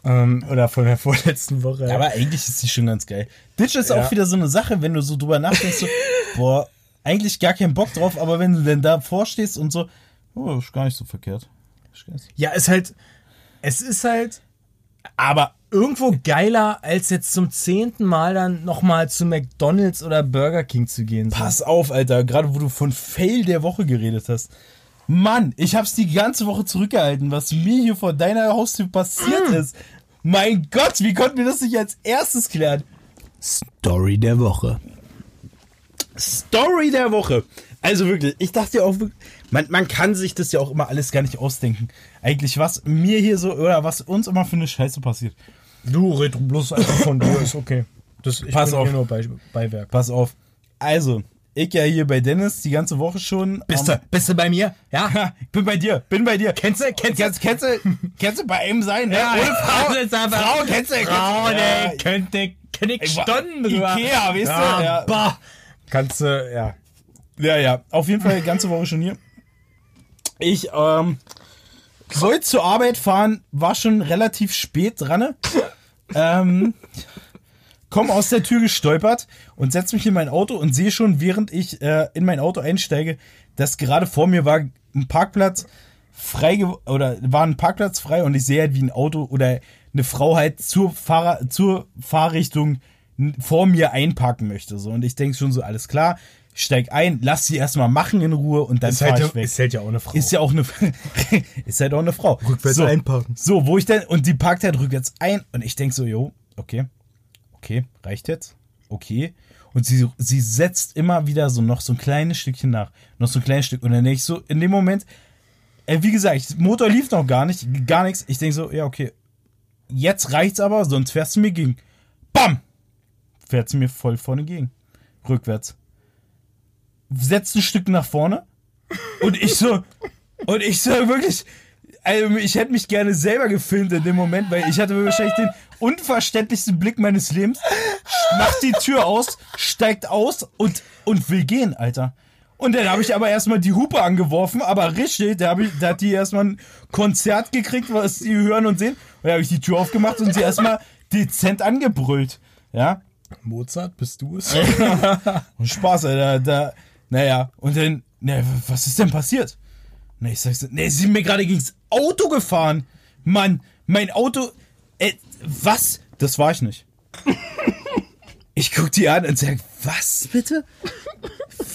A: Ähm, oder von der vorletzten Woche.
B: Aber eigentlich ist die schon ganz geil. Ditch ist
A: Ja.
B: auch wieder so eine Sache, wenn du so drüber nachdenkst, so, boah, eigentlich gar keinen Bock drauf, aber wenn du denn da vorstehst und so, oh, ist gar nicht so verkehrt. Ist gar nicht so-
A: ja, ist halt, es ist halt
B: Aber
A: irgendwo geiler, als jetzt zum zehnten Mal dann nochmal zu McDonalds oder Burger King zu gehen. So.
B: Pass auf, Alter, gerade wo du von Fail der Woche geredet hast. Mann, ich hab's die ganze Woche zurückgehalten, was mir hier vor deiner Haustür
A: Hm.
B: passiert ist. Mein Gott, wie konnten wir das nicht als erstes klären?
A: Story der Woche.
B: Story der Woche. Also wirklich, ich dachte ja auch, wirklich- man, man kann sich das ja auch immer alles gar nicht ausdenken. Eigentlich, was mir hier so, oder was uns immer für eine Scheiße passiert.
A: Du, red bloß einfach von dir, ist okay. Das, ich
B: Pass
A: bin
B: auf.
A: hier nur bei, Beiwerk.
B: Pass auf. Also, ich ja hier bei Dennis die ganze Woche schon. am-
A: bist du bei mir? Ja?
B: Ha, bin bei dir, bin bei dir.
A: Kennst du, kennst
B: Kennst, kennst, du, kennst du bei einem sein? Ne?
A: Ja,
B: Ohne Frau,
A: das ist aber-
B: Frau, kennst du? Kennst,
A: Frau,
B: ja,
A: ja, könnte knick Stunden drüber.
B: Ikea, weißt
A: ja,
B: du? Ja.
A: Bah. Kannst du, ja.
B: ja, ja. Auf jeden Fall ganze Woche schon hier. Ich ähm, soll zur Arbeit fahren, war schon relativ spät dran. ne? ähm, komm aus der Tür gestolpert und setz mich in mein Auto und sehe schon, während ich äh, in mein Auto einsteige, dass gerade vor mir war ein Parkplatz frei ge- oder war ein Parkplatz frei und ich sehe halt, wie ein Auto oder eine Frau halt zur, Fahrer, zur Fahrrichtung n- vor mir einparken möchte. So. Und ich denke schon so, alles klar, ich steig ein, lass sie erstmal machen in Ruhe und dann
A: Ist
B: fahr
A: halt,
B: ich
A: ja,
B: weg.
A: ist halt ja auch eine Frau.
B: Ist ja auch eine, ist halt auch eine Frau.
A: Rückwärts
B: so,
A: einparken.
B: So, wo ich denn, und die parkt halt rückwärts ein und ich denk so, jo, okay, okay, reicht jetzt, okay. Und sie, sie setzt immer wieder so noch so ein kleines Stückchen nach, noch so ein kleines Stück. Und dann denk ich so, in dem Moment, äh, wie gesagt, ich- Motor lief noch gar nicht, gar nichts. Ich denk so, ja, okay, jetzt reicht's aber, sonst fährst du mir gegen. Bam! Fährt sie mir voll vorne gegen. Rückwärts. Setzt ein Stück nach vorne. Und ich so, und ich so wirklich, also ich hätte mich gerne selber gefilmt in dem Moment, weil ich hatte wahrscheinlich den unverständlichsten Blick meines Lebens. Macht die Tür aus, steigt aus und, und will gehen, Alter. Und dann habe ich aber erstmal die Hupe angeworfen, aber richtig, da, hab ich, da hat die erstmal ein Konzert gekriegt, was sie hören und sehen. Und da habe ich die Tür aufgemacht und sie erstmal dezent angebrüllt. Ja,
A: Mozart, bist du es?
B: und Spaß, Alter. Da, naja, und dann, na, was ist denn passiert? Na, ich sag's, ne, sie sind mir gerade gegens Auto gefahren. Mann, mein Auto, äh, was? Das war ich nicht. Ich guck die an und sag, was bitte?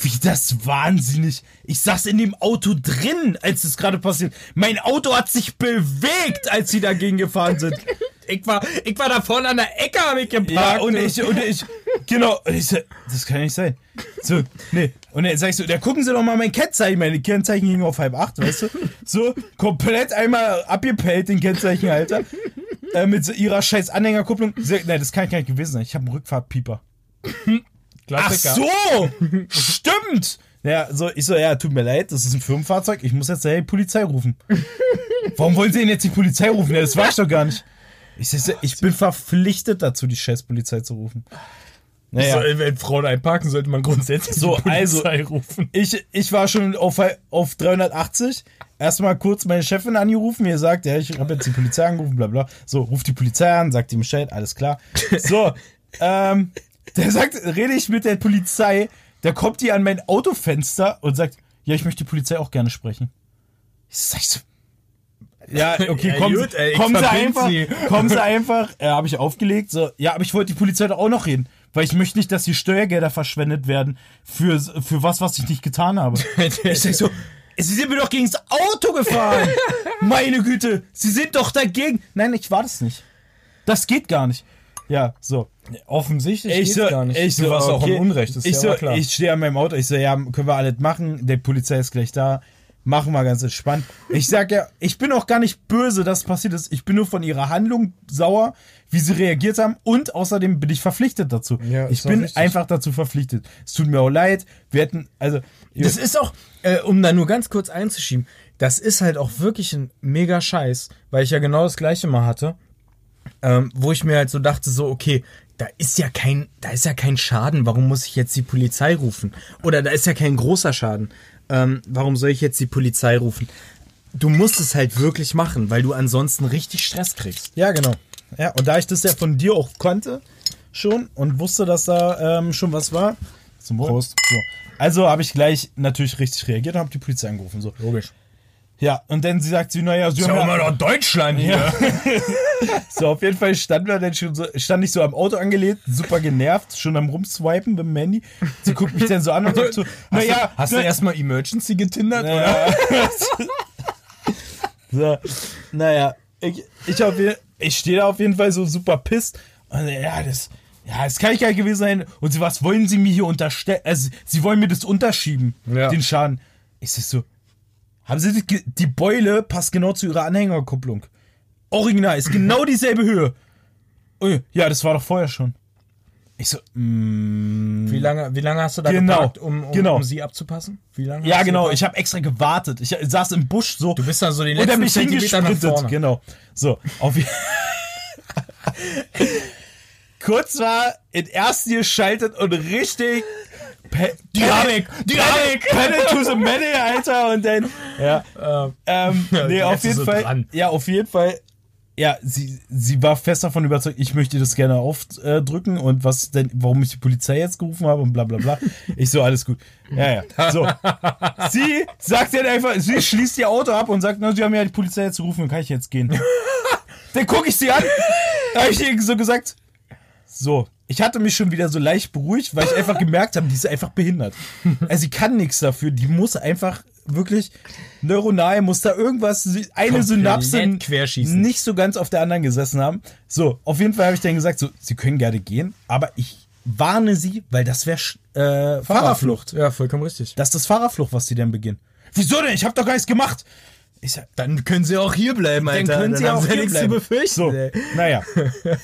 B: Wie das wahnsinnig. Ich saß in dem Auto drin, als es gerade passiert. Mein Auto hat sich bewegt, als sie dagegen gefahren sind.
C: Ich war, ich war da vorne an der Ecke, hab ich geparkt.
B: Ja, und ich, und ich, genau, und ich so, das kann ja nicht sein. So, nee. Und dann sagst du, da gucken sie doch mal mein Kennzeichen. Meine Kennzeichen gingen auf halb acht, weißt du? So, komplett einmal abgepellt, den Kennzeichen, Alter. Äh, mit so ihrer scheiß Anhängerkupplung. Sie sagt, Nein, das kann gar nicht gewesen sein. Ich habe einen Rückfahrtpieper. Ach so! Stimmt! Ja, so, ich so, ja, tut mir leid, das ist ein Firmenfahrzeug, ich muss jetzt die Polizei rufen. Warum wollen sie denn jetzt die Polizei rufen? Ja, das war ich doch gar nicht. Ich, so, ich bin verpflichtet dazu, die scheiß Polizei zu rufen. Naja.
A: So, wenn Frauen einparken, sollte man grundsätzlich
B: So,
A: die Polizei
B: also-
A: rufen.
B: Ich, ich war schon auf, auf 380. Erstmal kurz meine Chefin angerufen, mir sagt, ja, ich habe jetzt die Polizei angerufen, bla bla. So, ruft die Polizei an, sagt ihm Bescheid, alles klar. So, ähm, der sagt, rede ich mit der Polizei, da kommt die an mein Autofenster und sagt, ja, ich möchte die Polizei auch gerne sprechen. Ich sag so, ja, okay,
A: Ja,
B: kommen,
A: gut, ey, ich
B: kommen Sie
A: verbind
B: einfach,
A: Sie.
B: kommen Sie einfach, äh, habe ich aufgelegt, so, ja, aber ich wollte die Polizei doch auch noch reden, weil ich möchte nicht, dass die Steuergelder verschwendet werden für, für was, was ich nicht getan habe. Ich sag so, Sie sind mir doch gegen das Auto gefahren. Meine Güte, Sie sind doch dagegen. Nein, ich war das nicht. Das geht gar nicht. Ja, so.
A: Offensichtlich
B: Ich
A: geht's
B: so,
A: gar nicht.
B: Ich so,
A: du warst auch
B: okay.
A: im Unrecht, ist
B: ich
A: ja
B: so,
A: aber klar.
B: Ich stehe an meinem Auto, ich so, ja, können wir alles machen, der Polizei ist gleich da. Machen wir ganz entspannt. Ich sag ja, ich bin auch gar nicht böse, dass passiert ist. Ich bin nur von ihrer Handlung sauer, wie sie reagiert haben und außerdem bin ich verpflichtet dazu.
A: Ja,
B: ich
A: ist doch
B: bin
A: richtig.
B: einfach dazu verpflichtet. Es tut mir auch leid. Wir hätten, also,
A: Das ist auch, äh, um da nur ganz kurz einzuschieben, das ist halt auch wirklich ein mega Scheiß, weil ich ja genau das gleiche mal hatte, ähm, wo ich mir halt so dachte, so, okay, da ist ja kein, da ist ja kein Schaden, warum muss ich jetzt die Polizei rufen? Oder da ist ja kein großer Schaden. Ähm, warum soll ich jetzt die Polizei rufen? Du musst es halt wirklich machen, weil du ansonsten richtig Stress kriegst.
B: Ja, genau. Ja, und da ich das ja von dir auch konnte schon und wusste, dass da ähm, schon was war. Zum Wohl. Prost. So. Also habe ich gleich natürlich richtig reagiert und habe die Polizei angerufen. So.
A: Logisch.
B: Ja, und dann sie sagt sie, naja, sie haben ja,
A: noch Deutschland hier.
B: so auf jeden Fall stand wir dann schon so, stand ich so am Auto angelehnt, super genervt, schon am rumswipen mit dem Handy. Sie guckt mich dann so an und sagt so, naja,
A: Hast du erstmal Emergency getindert? Oder?
B: So, naja, ich, ich, auf, je- ich stehe da auf jeden Fall so super pisst. Und, äh, ja, das, ja, das kann ich gar nicht gewesen sein. Und sie, was wollen sie mir hier unterstellen? Also, sie wollen mir das unterschieben,
A: Ja.
B: den Schaden. Ich sag so, haben sie die, ge- die Beule passt genau zu ihrer Anhängerkupplung. Original, ist genau dieselbe Höhe. Oh, ja, das war doch vorher schon. Ich so,
A: Wie lange, wie lange hast du da
B: Hm. Genau,
A: geparkt, um, um,
B: genau.
A: um sie abzupassen? Wie lange
B: ja
A: hast du
B: genau,
A: geparkt?
B: ich habe extra gewartet. Ich saß im Busch so.
A: Du bist dann so den
B: Und er
A: letzten
B: mich
A: Zentimeter nach
B: hingesprintet,
A: vorne.
B: genau. So, auf je- Kurz war in ersten geschaltet und richtig Pe-
A: Dynamik, Dynamik.
B: Pedal to the metal, Alter, und dann ja,
A: Äh,
B: ähm, nee,
A: jetzt
B: auf
A: ist
B: jeden
A: sie
B: Fall,
A: dran.
B: ja, auf jeden Fall, ja, sie, sie war fest davon überzeugt, ich möchte das gerne aufdrücken und was denn, warum ich die Polizei jetzt gerufen habe und bla bla bla. Ich so, alles gut. Ja, ja. So. sie sagt dann einfach, sie schließt ihr Auto ab und sagt, na, sie haben ja die Polizei jetzt gerufen, kann ich jetzt gehen. dann gucke ich sie an. Da habe ich ihr so gesagt, so, Ich hatte mich schon wieder so leicht beruhigt, weil ich einfach gemerkt habe, die ist einfach behindert. Also sie kann nichts dafür, die muss einfach wirklich neuronal muss da irgendwas sie- eine
C: Komplett
B: Synapse
C: querschießen.
B: nicht so ganz auf der anderen gesessen haben. So, auf jeden Fall habe ich dann gesagt, so sie können gerne gehen, aber ich warne sie, weil das wäre äh, Fahrerflucht.
A: Ja, vollkommen richtig.
B: Das ist das Fahrerflucht, was die dann beginnen. Wieso denn? Ich habe doch gar nichts gemacht. Ich sag,
C: Dann können sie auch hier bleiben, Alter.
B: können sie
C: haben
B: auch
C: ja
B: hier
C: nichts
B: bleiben.
C: zu befürchten.
B: So,
C: ey.
B: naja.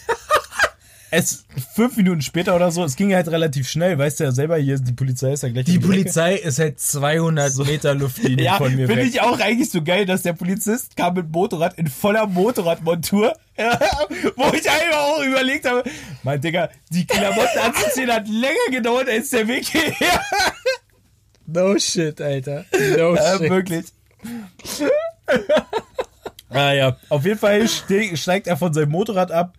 B: es, fünf Minuten später oder so, es ging halt relativ schnell, weißt du ja selber, hier, die Polizei ist ja gleich
A: Die
B: um Ecke.
A: Polizei ist halt 200 Meter Luftlinie
B: ja,
A: von mir
B: Finde
A: weg.
B: ich auch eigentlich so geil, dass der Polizist kam mit Motorrad in voller Motorradmontur, wo ich einfach auch überlegt habe, mein Digga, die Klamotten anzuziehen hat länger gedauert als der Weg hierher.
A: No shit, Alter. No
B: Ja,
A: shit.
B: wirklich. ah ja, auf jeden Fall ste steigt er von seinem Motorrad ab,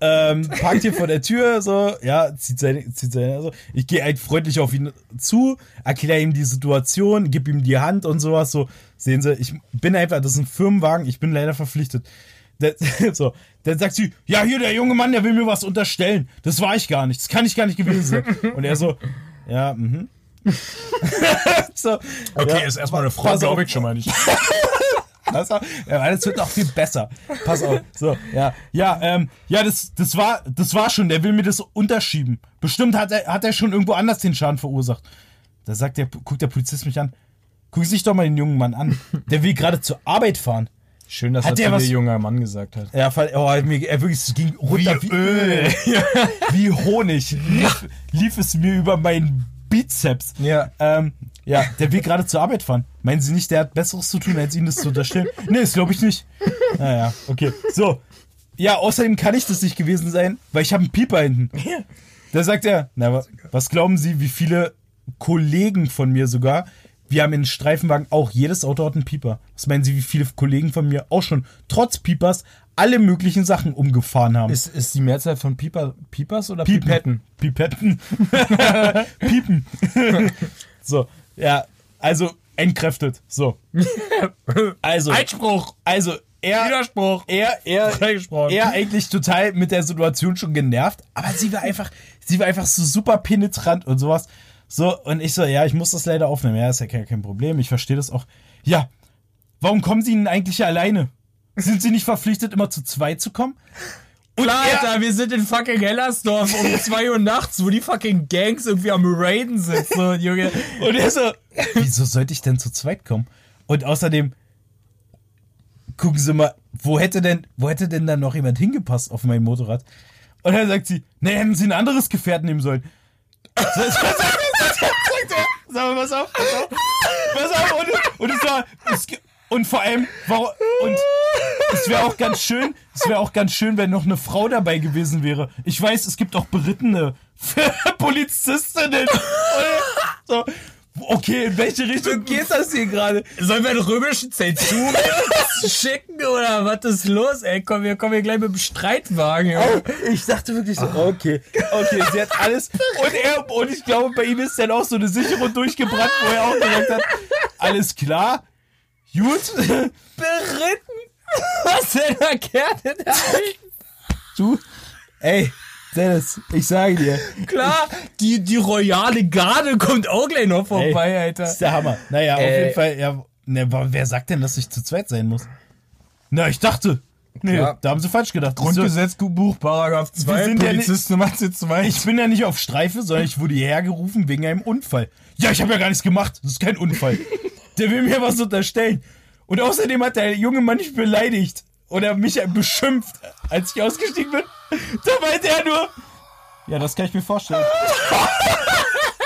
B: ähm, parkt hier vor der Tür, so, ja, zieht seine, zieht seine, also, ich gehe halt freundlich auf ihn zu, erkläre ihm die Situation, gib ihm die Hand und sowas, so, sehen Sie, ich bin einfach, das ist ein Firmenwagen, ich bin leider verpflichtet. Der, so, dann sagt sie, ja, hier, der junge Mann, der will mir was unterstellen, das war ich gar nicht, das kann ich gar nicht gewesen sein. Und er so, ja, mhm. so,
A: Okay,
B: ja.
A: ist erstmal eine
B: Pass
A: Frau,
B: auf.
A: glaube ich schon mal nicht.
B: Pass auf, ja, weil das wird noch viel besser. Pass auf. So, ja. Ja, ähm, ja, das, das war, das war schon. Der will mir das unterschieben. Bestimmt hat er, hat er schon irgendwo anders den Schaden verursacht. Da sagt der, guckt der Polizist mich an. Guck sich doch mal den jungen Mann an. Der will gerade zur Arbeit fahren.
A: Schön, dass
B: Hat
A: er
B: der
A: zu
B: was-
A: dir junger Mann gesagt hat.
B: Ja, fall, oh, mir, er wirklich, es ging runter wie, Öl. wie Honig. Lief, lief es mir über meinen Bizeps.
A: Ja.
B: Ähm, ja, der will gerade zur Arbeit fahren. Meinen Sie nicht, der hat Besseres zu tun, als Ihnen das zu unterstellen? Nee, das glaube ich nicht. Naja, okay. So. Ja, außerdem kann ich das nicht gewesen sein, weil ich habe einen Pieper hinten. Da sagt er, na, wa- was glauben Sie, wie viele Kollegen von mir sogar, wir haben in Streifenwagen auch, jedes Auto hat einen Pieper. Was meinen Sie, wie viele Kollegen von mir auch schon trotz Piepers alle möglichen Sachen umgefahren haben?
A: Ist, ist die Mehrzahl von Pieper, Piepers oder
B: Piepen.
A: Pipetten?
B: Pipetten. Piepen. so, ja, also entkräftet. So. Also,
C: Einspruch,
B: also er,
C: Widerspruch.
B: er, er,
A: Freigesprochen.
B: er eigentlich total mit der Situation schon genervt, aber sie war einfach, sie war einfach so super penetrant und sowas. So, und ich so, ja, ich muss das leider aufnehmen. Ja, ist ja kein, kein Problem, ich verstehe das auch. Ja, warum kommen Sie denn eigentlich alleine? Sind Sie nicht verpflichtet, immer zu zweit zu kommen? Und
C: Klar,
B: er-
C: Alter, wir sind in fucking Hellersdorf um 2 Uhr nachts, wo die fucking Gangs irgendwie am Raiden sind. So, Junge.
B: Und er so, wieso sollte ich denn zu zweit kommen? Und außerdem, gucken Sie mal, wo hätte denn, wo hätte denn dann noch jemand hingepasst auf mein Motorrad? Und dann sagt sie, na, hätten Sie ein anderes Gefährt nehmen sollen. So, so, so, so, sagt er, Sag mal, pass auf, pass auf. Pass auf, und, und es war, es, ge- und vor allem, warum, und es wäre auch ganz schön, es wäre auch ganz schön, wenn noch eine Frau dabei gewesen wäre. Ich weiß, es gibt auch berittene Polizistinnen. so, okay, in welche Richtung geht das hier gerade?
C: Sollen wir einen römischen Zensur schicken oder was ist los, ey? Komm, wir kommen hier gleich mit dem Streitwagen. Junge. Ah.
B: Ich dachte wirklich so, okay, okay, sie hat alles. Und er, und ich glaube, bei ihm ist dann auch so eine Sicherung durchgebrannt, wo er auch gesagt hat, alles klar, gut,
C: Beritten? Was denn da Kerl in der Alten?
B: du, ey, Dennis, ich sage dir,
C: Klar, die, die royale Garde kommt auch gleich noch vorbei,
B: Ey,
C: Alter. Äh.
B: ist der Hammer. Naja, auf
C: Ey.
B: jeden Fall, ja, ne, wa- wer sagt denn, dass ich zu zweit sein muss? Na, ich dachte, nee,
A: Klar.
B: da haben sie falsch gedacht. Das ist so-
A: Grundgesetzbuch, Paragraph 2,
B: sind ja nicht-
A: Polizist Nummer 2.
B: Ich bin ja nicht auf Streife, sondern ich wurde hierher gerufen wegen einem Unfall. Ja, ich habe ja gar nichts gemacht. Das ist kein Unfall. Der will mir was unterstellen. Und außerdem hat der junge Mann mich beleidigt oder mich beschimpft, als ich ausgestiegen bin. Da meinte er nur. Ja, das kann ich mir vorstellen.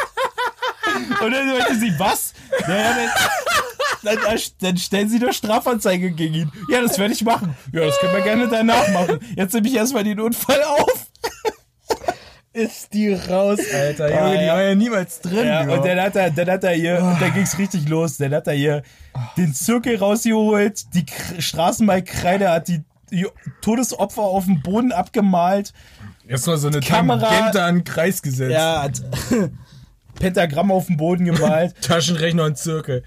B: Und dann meinte sie, was? Naja, dann, dann, dann stellen sie doch Strafanzeige gegen ihn. Ja, das werde ich machen. Ja, das können wir gerne danach machen. Jetzt nehme ich erstmal den Unfall auf.
A: Ist die raus, Alter. Junge,
B: Ah,
A: die
B: ja.
A: war ja niemals drin.
B: Ja,
A: Bro.
B: und dann hat er, dann hat er hier, und dann ging's richtig los. Dann hat er hier den Zirkel rausgeholt, die K- Straßenmalkreide hat die, die Todesopfer auf dem Boden abgemalt.
A: Erstmal so eine
B: Kamera-
A: Tangente an den Kreis gesetzt.
B: Er hat Pentagramm auf dem Boden gemalt,
C: Taschenrechner und Zirkel.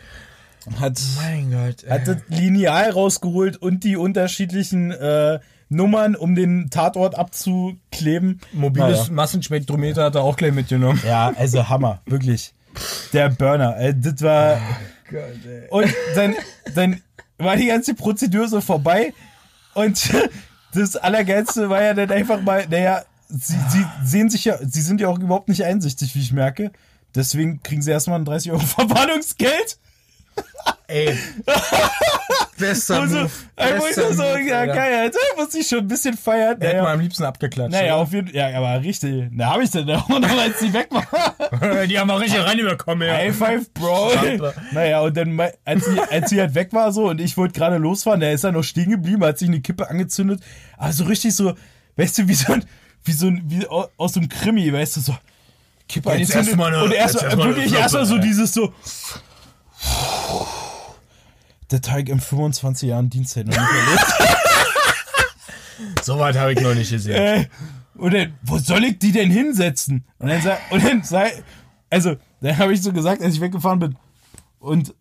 B: hat,
A: Mein Gott.
B: hat das Lineal rausgeholt und die unterschiedlichen äh, Nummern, um den Tatort abzukleben.
C: Mobiles Massenspektrometer hat er auch gleich mitgenommen.
B: Ja, also Hammer, wirklich. Der Burner, äh, das war.
C: Oh
B: Und dann, dann war die ganze Prozedur so vorbei. Und das Allergeilste war ja dann einfach mal, naja, sie, sie sehen sich ja, sie sind ja auch überhaupt nicht einsichtig, wie ich merke. Deswegen kriegen sie erstmal ein 30 Euro Verwarnungsgeld.
C: Ey. Bester
B: Also,
C: Move.
B: einfach
C: Bester
B: so, so
C: Move,
B: ja,
C: Alter.
B: geil, Alter, muss ich schon ein bisschen feiern.
C: Hätte man
B: Naja,
C: am liebsten abgeklatscht.
B: naja auf jeden Fall, ja, aber richtig. Na, hab ich denn da, und dann, als sie weg war.
C: Die haben auch richtig reinüberkommen, ja.
B: High five, Bro.
C: Schlampe.
B: Naja, und dann, mei- als sie, als sie halt weg war so und ich wollte gerade losfahren, der ist dann noch stehen geblieben, hat sich eine Kippe angezündet. Aber so richtig so, weißt du, wie so ein, wie so ein, wie au- aus so einem Krimi, weißt du, so. Kippe
C: Jetzt
B: angezündet.
C: erst mal eine-
B: und erst,
C: jetzt erst mal eine
B: wirklich
C: Fluppe,
B: erstmal so
C: ey.
B: dieses so. Der Teig in 25 Jahren Dienstzeit noch nicht erlebt.
C: So weit habe ich noch nicht gesehen.
B: Äh, und dann, wo soll ich die denn hinsetzen? Und dann sei, und dann sei, also, dann habe ich so gesagt, als ich weggefahren bin, und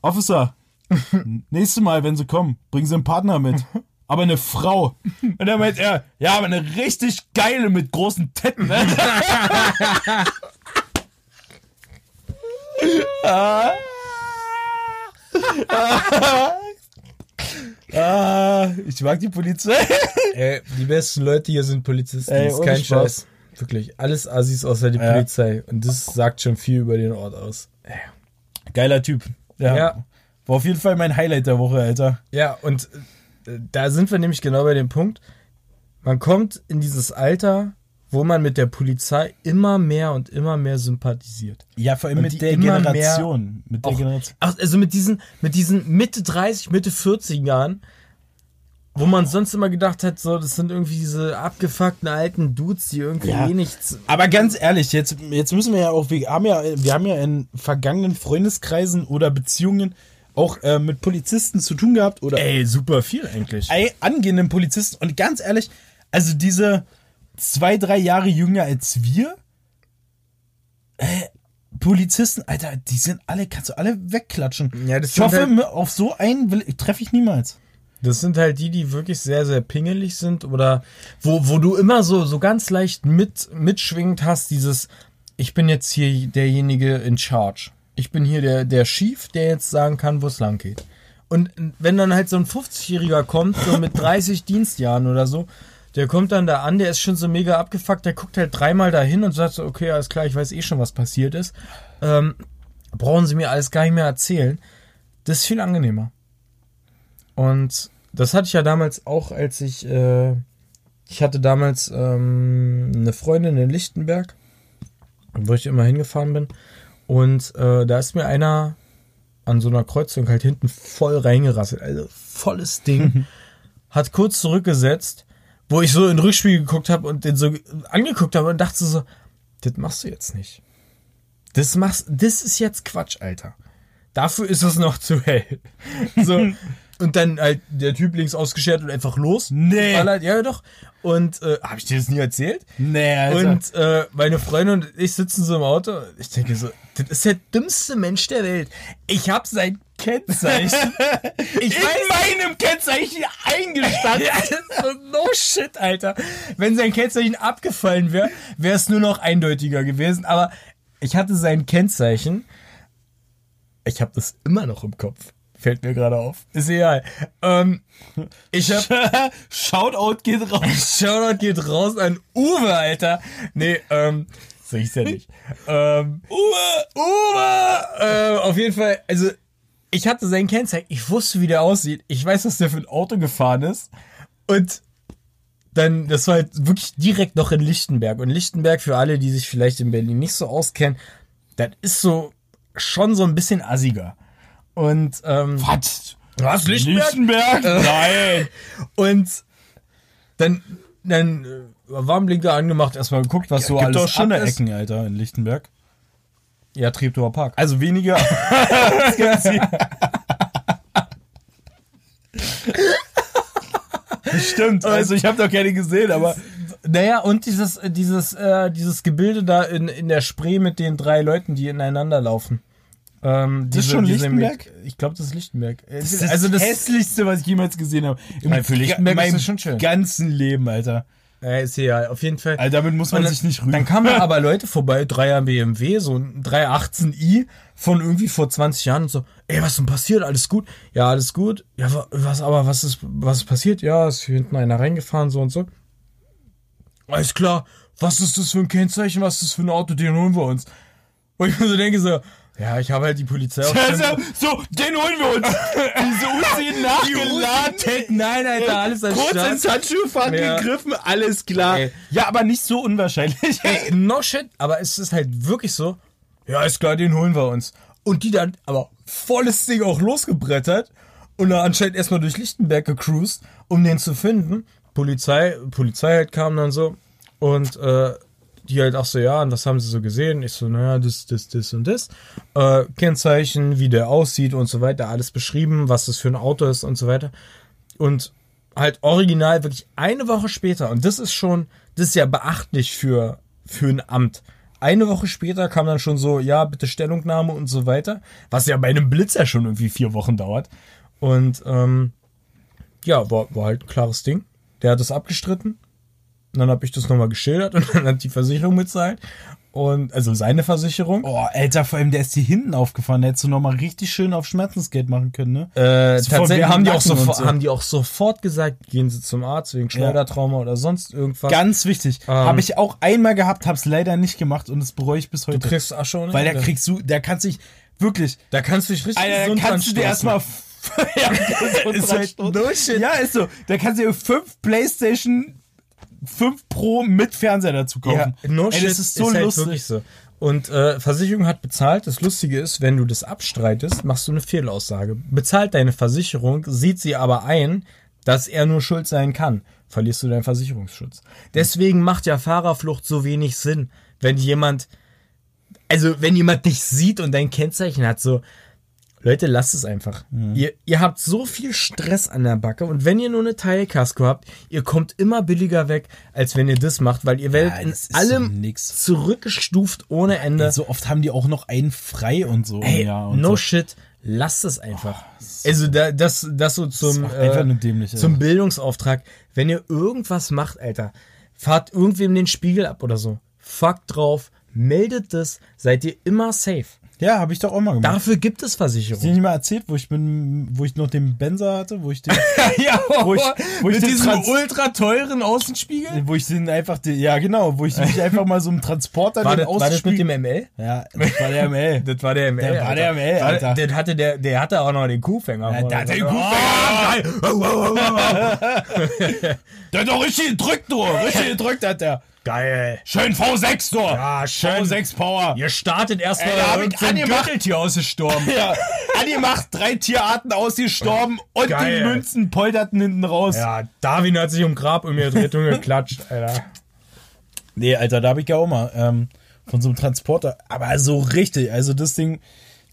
B: Officer, n- nächstes Mal, wenn sie kommen, bringen sie einen Partner mit. Aber eine Frau. Und dann meint er, ja, aber eine richtig geile mit großen ne? Titten. Ah. ah, ich mag die Polizei.
C: Ey, die besten Leute hier sind Polizisten.
B: Ey,
C: das ist
B: ohne
C: kein
B: Spaß.
C: Scheiß. Wirklich, alles Assis außer die
B: Ja.
C: Polizei. Und das sagt schon viel über den Ort aus.
B: Geiler Typ. Ja.
C: Ja.
B: War auf jeden Fall mein Highlight der Woche, Alter.
C: Ja, und äh, da sind wir nämlich genau bei dem Punkt. Man kommt in dieses Alter, wo man mit der Polizei immer mehr und immer mehr sympathisiert.
B: Ja, vor allem
C: mit der Generation.
B: Mit
C: Auch, ach, also mit diesen, mit diesen Mitte 30, Mitte 40 Jahren, wo man sonst immer gedacht hat, so, das sind irgendwie diese abgefuckten alten Dudes, die irgendwie
B: Ja.
C: eh nichts.
B: Aber ganz ehrlich, jetzt, jetzt müssen wir ja auch, wir haben ja, wir haben ja in vergangenen Freundeskreisen oder Beziehungen auch äh, mit Polizisten zu tun gehabt oder
A: Ey, super viel eigentlich.
B: ey, angehenden Polizisten. Und ganz ehrlich, also diese zwei, drei Jahre jünger als wir, äh, Polizisten, Alter, die sind alle, kannst du alle wegklatschen.
A: Ja, das
B: ich
A: sind
B: hoffe,
A: halt-
B: auf so einen will- treffe ich niemals.
A: Das sind halt die, die wirklich sehr, sehr pingelig sind oder wo, wo du immer so, so ganz leicht mit, mitschwingend hast, dieses, ich bin jetzt hier derjenige in charge. Ich bin hier der, der Chief, der jetzt sagen kann, wo es lang geht. Und wenn dann halt so ein 50-Jähriger kommt, so mit 30 Dienstjahren oder so, der kommt dann da an, der ist schon so mega abgefuckt, der guckt halt dreimal dahin und sagt so, okay, alles klar, ich weiß eh schon, was passiert ist. Ähm, brauchen sie mir alles gar nicht mehr erzählen. Das ist viel angenehmer. Und das hatte ich ja damals auch, als ich, äh, ich hatte damals ähm, eine Freundin in Lichtenberg, wo ich immer hingefahren bin. Und äh, da ist mir einer an so einer Kreuzung halt hinten voll reingerasselt. Also volles Ding. hat kurz zurückgesetzt, wo ich so in den Rückspiegel geguckt habe und den so angeguckt habe und dachte so, das machst du jetzt nicht. Das machst, das ist jetzt Quatsch, Alter. Dafür ist es noch zu hell. So. Und dann halt der Typ links ausgeschert und einfach los.
B: Nee.
A: Weil er- halt, Ja, doch. Und äh, habe ich dir das nie erzählt?
B: Nee,
A: Und äh, meine Freundin und ich sitzen so im Auto. Ich denke so, das ist der dümmste Mensch der Welt. Ich habe sein Kennzeichen. Ich
B: in
A: weiß
B: meinem Kennzeichen eingestanden.
A: ja, so, no shit, Alter. Wenn sein Kennzeichen abgefallen wäre, wäre es nur noch eindeutiger gewesen. Aber ich hatte sein Kennzeichen. Ich habe das immer noch im Kopf. Fällt mir gerade auf. Ist egal. Ähm, ich habe
B: Shoutout geht raus.
A: Shoutout geht raus an Uwe, Alter. Nee, ähm, so hieß ja nicht. ähm, Uwe! Uwe! Äh, auf jeden Fall, also, ich hatte sein Kennzeichen. Ich wusste, wie der aussieht. Ich weiß, was der für ein Auto gefahren ist. Und dann, das war halt wirklich direkt noch in Lichtenberg. Und Lichtenberg, für alle, die sich vielleicht in Berlin nicht so auskennen, das ist so schon so ein bisschen assiger. Und, ähm,
B: Was?
A: was,
B: Lichtenberg?
A: Äh,
B: Nein.
A: und dann, dann äh, Warnblinker angemacht, erstmal geguckt, was so alles ab ist.
B: Alter, in Lichtenberg.
A: Ja, Treptower Park.
B: Also weniger. Stimmt, also ich habe doch keine gesehen, aber
A: Naja, und dieses, äh, dieses, äh, dieses Gebilde da in, in der Spree mit den drei Leuten, die ineinander laufen. Ähm,
B: Das ist schon Lichtenberg?
A: ich glaube, das ist Lichtenberg. Äh,
B: Das ist also das hässlichste, was ich jemals gesehen habe. Im
A: Nein, für Lichtenberg
B: meinem
A: ist das schon schön.
B: ganzen Leben, Alter.
A: äh, ist egal. Auf jeden Fall.
B: Alter, damit muss man
A: Und
B: sich nicht rühmen.
A: Dann kamen da aber Leute vorbei, 3er BMW, so ein 318i von irgendwie vor 20 Jahren und so, ey, was ist denn passiert? Alles gut? Ja, alles gut. Ja, wa- was aber, was ist, was ist passiert? Ja, ist hier hinten einer reingefahren, so und so. Alles klar, was ist das für ein Kennzeichen, was ist das für ein Auto, den holen wir uns. Und ich mir so denke so, ja, ich habe halt die Polizei auf
B: Alter, Also, so, den holen wir uns. Diese Uzi
A: Gelatet, nein, Alter, alles am
B: Kurz
A: Start.
B: ins Handschuhfach
A: Ja.
B: gegriffen, alles klar.
A: Ey.
B: Ja, aber nicht so unwahrscheinlich.
A: Ey, no shit, aber es ist halt wirklich so, ja, ist klar, den holen wir uns. Und die dann aber volles Ding auch losgebrettert und dann anscheinend erstmal durch Lichtenberg gecruised, um den zu finden. Polizei, Polizei halt kam dann so und äh, die halt auch so, ja, und was haben sie so gesehen? Ich so, naja, das, das, das und das. Äh, Kennzeichen, wie der aussieht und so weiter, alles beschrieben, was das für ein Auto ist und so weiter. Und halt original wirklich eine Woche später, und das ist schon, das ist ja beachtlich für, für ein Amt. Eine Woche später kam dann schon so, ja, bitte Stellungnahme und so weiter, was ja bei einem Blitzer schon irgendwie vier Wochen dauert. Und ähm, ja, war, war halt ein klares Ding. Der hat das abgestritten. Und dann habe ich das nochmal geschildert und dann hat die Versicherung mitzahlt. Und also seine Versicherung.
B: Oh, Alter, vor allem, der ist hier hinten aufgefahren. Da hättest du nochmal richtig schön auf Schmerzensgeld machen können, ne?
A: Äh,
B: Von
A: tatsächlich
B: wegen
A: haben die, auch
B: Nacken und
A: sofort,
B: so.
A: haben die auch sofort gesagt, gehen Sie zum Arzt wegen Schleudertrauma oder sonst irgendwas.
B: Ganz wichtig.
A: ähm.
B: Habe ich auch einmal gehabt, hab's leider nicht gemacht und das bereue ich bis heute.
A: du kriegst Asche und
B: Weil da
A: Erde.
B: kriegst du, da kannst du dich wirklich,
A: Da kannst du dich richtig
B: Alter, da
A: gesund
B: kannst du dir
A: anstoßen.
B: erstmal ja, gesund
A: ne? Ist halt
B: anstoßen.
A: no shit.
B: ja, ist so. Da kannst du dir fünf PlayStation 5 Pro mit Fernseher dazu kaufen.
A: Ja, no
B: Ey,
A: shit,
B: das ist so
A: halt
B: lustig.
A: wirklich so. Und äh, Versicherung hat bezahlt. Das Lustige ist, wenn du das abstreitest, machst du eine Fehlaussage. Bezahlt deine Versicherung, sieht sie aber ein, dass er nur schuld sein kann. Verlierst du deinen Versicherungsschutz. Deswegen macht ja Fahrerflucht so wenig Sinn, wenn jemand, also wenn jemand dich sieht und dein Kennzeichen hat, so, Leute, lasst es einfach.
B: Mhm.
A: Ihr, ihr habt so viel Stress an der Backe und wenn ihr nur eine Teilkasko habt, ihr kommt immer billiger weg, als wenn ihr das macht, weil ihr werdet
B: Ja,
A: in
B: das ist doch
A: allem
B: nix.
A: zurückgestuft ohne Ende.
B: So oft haben die auch noch einen frei und so.
A: Ey,
B: ja, und
A: no
B: so. Oh,
A: shit, lasst es einfach. also da, das, das so zum, äh,
B: auch einfach nur dämlich,
A: zum
B: Alter.
A: Bildungsauftrag. Wenn ihr irgendwas macht, Alter, fahrt irgendwem den Spiegel ab oder so. Fuck drauf, meldet das, seid ihr immer safe.
B: Ja, habe ich doch auch mal gemacht.
A: Dafür gibt es
B: Hab ich dir
A: Versicherungen.
B: nicht mal erzählt, wo ich bin, wo ich noch den Benzer hatte, wo ich den,
A: ja,
B: wo ich, wo ich den Trans-
A: ultra teuren Außenspiegel?
B: wo ich den einfach, den, ja genau, wo ich mich einfach mal so einem Transporter
A: War
B: den
A: das, war das mit dem ML?
B: Ja, das war der ML.
A: Das war der ML.
B: Der war
A: Alter.
B: der ML, Alter.
A: War- Das hatte der, der hatte auch noch den Kuhfänger.
B: Ja, der hat den
A: Kuhfänger.
B: Der hat doch richtig gedrückt, du. Richtig gedrückt hat der.
A: Geil.
B: Schön V6, du.
A: Ja, schön.
B: V6 Power.
A: Ihr startet erstmal
B: Ey, da hab ich
A: irgendein
B: angemacht.
A: Gürteltier ausgestorben.
B: Ja. Angemacht, drei Tierarten ausgestorben und
A: Geil.
B: die Münzen polterten hinten raus.
A: ja, Darwin hat sich um Grab um ihr Rettung geklatscht, Alter.
B: Nee, Alter, da hab ich ja auch mal ähm, von so einem Transporter. Aber so richtig, also das Ding.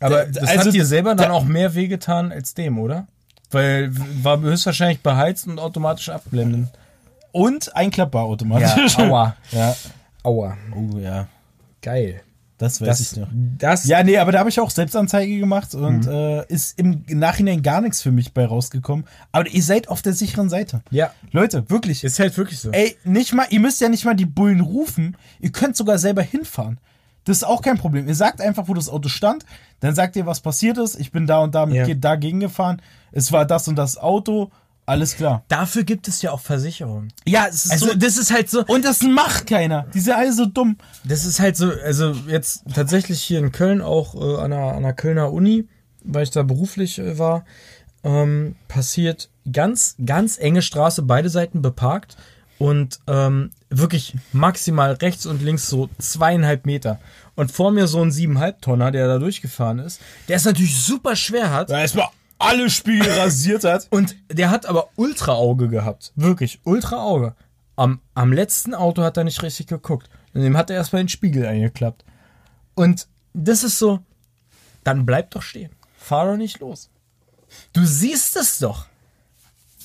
A: Aber
B: Da-
A: das
B: also
A: hat dir selber dann
B: da-
A: auch mehr wehgetan als dem, oder? Weil war höchstwahrscheinlich beheizt und automatisch abblenden.
B: Und einklappbar automatisch.
A: aua.
B: Ja.
A: Aua.
B: Oh ja,
A: Geil.
B: das weiß
A: Das,
B: ich noch.
A: das
B: Ja, nee, aber da habe ich auch Selbstanzeige gemacht und äh, ist im Nachhinein gar nichts für mich bei rausgekommen. Aber ihr seid auf der sicheren Seite.
A: Ja.
B: Leute, wirklich.
A: ist halt wirklich so.
B: Ey, nicht mal, ihr müsst ja nicht mal die Bullen rufen. Ihr könnt sogar selber hinfahren. Das ist auch kein Problem. Ihr sagt einfach, wo das Auto stand, dann sagt ihr, was passiert ist. Ich bin da und da
A: Ja.
B: ja. dagegen gefahren. Es war das und das Auto. Alles klar.
A: Dafür gibt es ja auch Versicherungen.
B: Ja, es ist
A: Also
B: so.
A: das ist halt so,
B: Und das macht keiner. Die sind alle so dumm.
A: das ist halt so, also jetzt tatsächlich hier in Köln auch äh, an, der, an der Kölner Uni, weil ich da beruflich äh, war, ähm, passiert ganz, ganz enge Straße, beide Seiten beparkt und ähm, wirklich maximal rechts und links so zweieinhalb Meter. Und vor mir so ein siebeneinhalb Tonner, der da durchgefahren ist, der es natürlich super schwer hat.
B: erstmal alle Spiegel rasiert hat.
A: Und der hat aber Ultraauge gehabt. Wirklich, Ultraauge. Am, am letzten Auto hat er nicht richtig geguckt. Und dem hat er erstmal den Spiegel eingeklappt. Und das ist so, dann bleib doch stehen. Fahr doch nicht los. Du siehst es doch.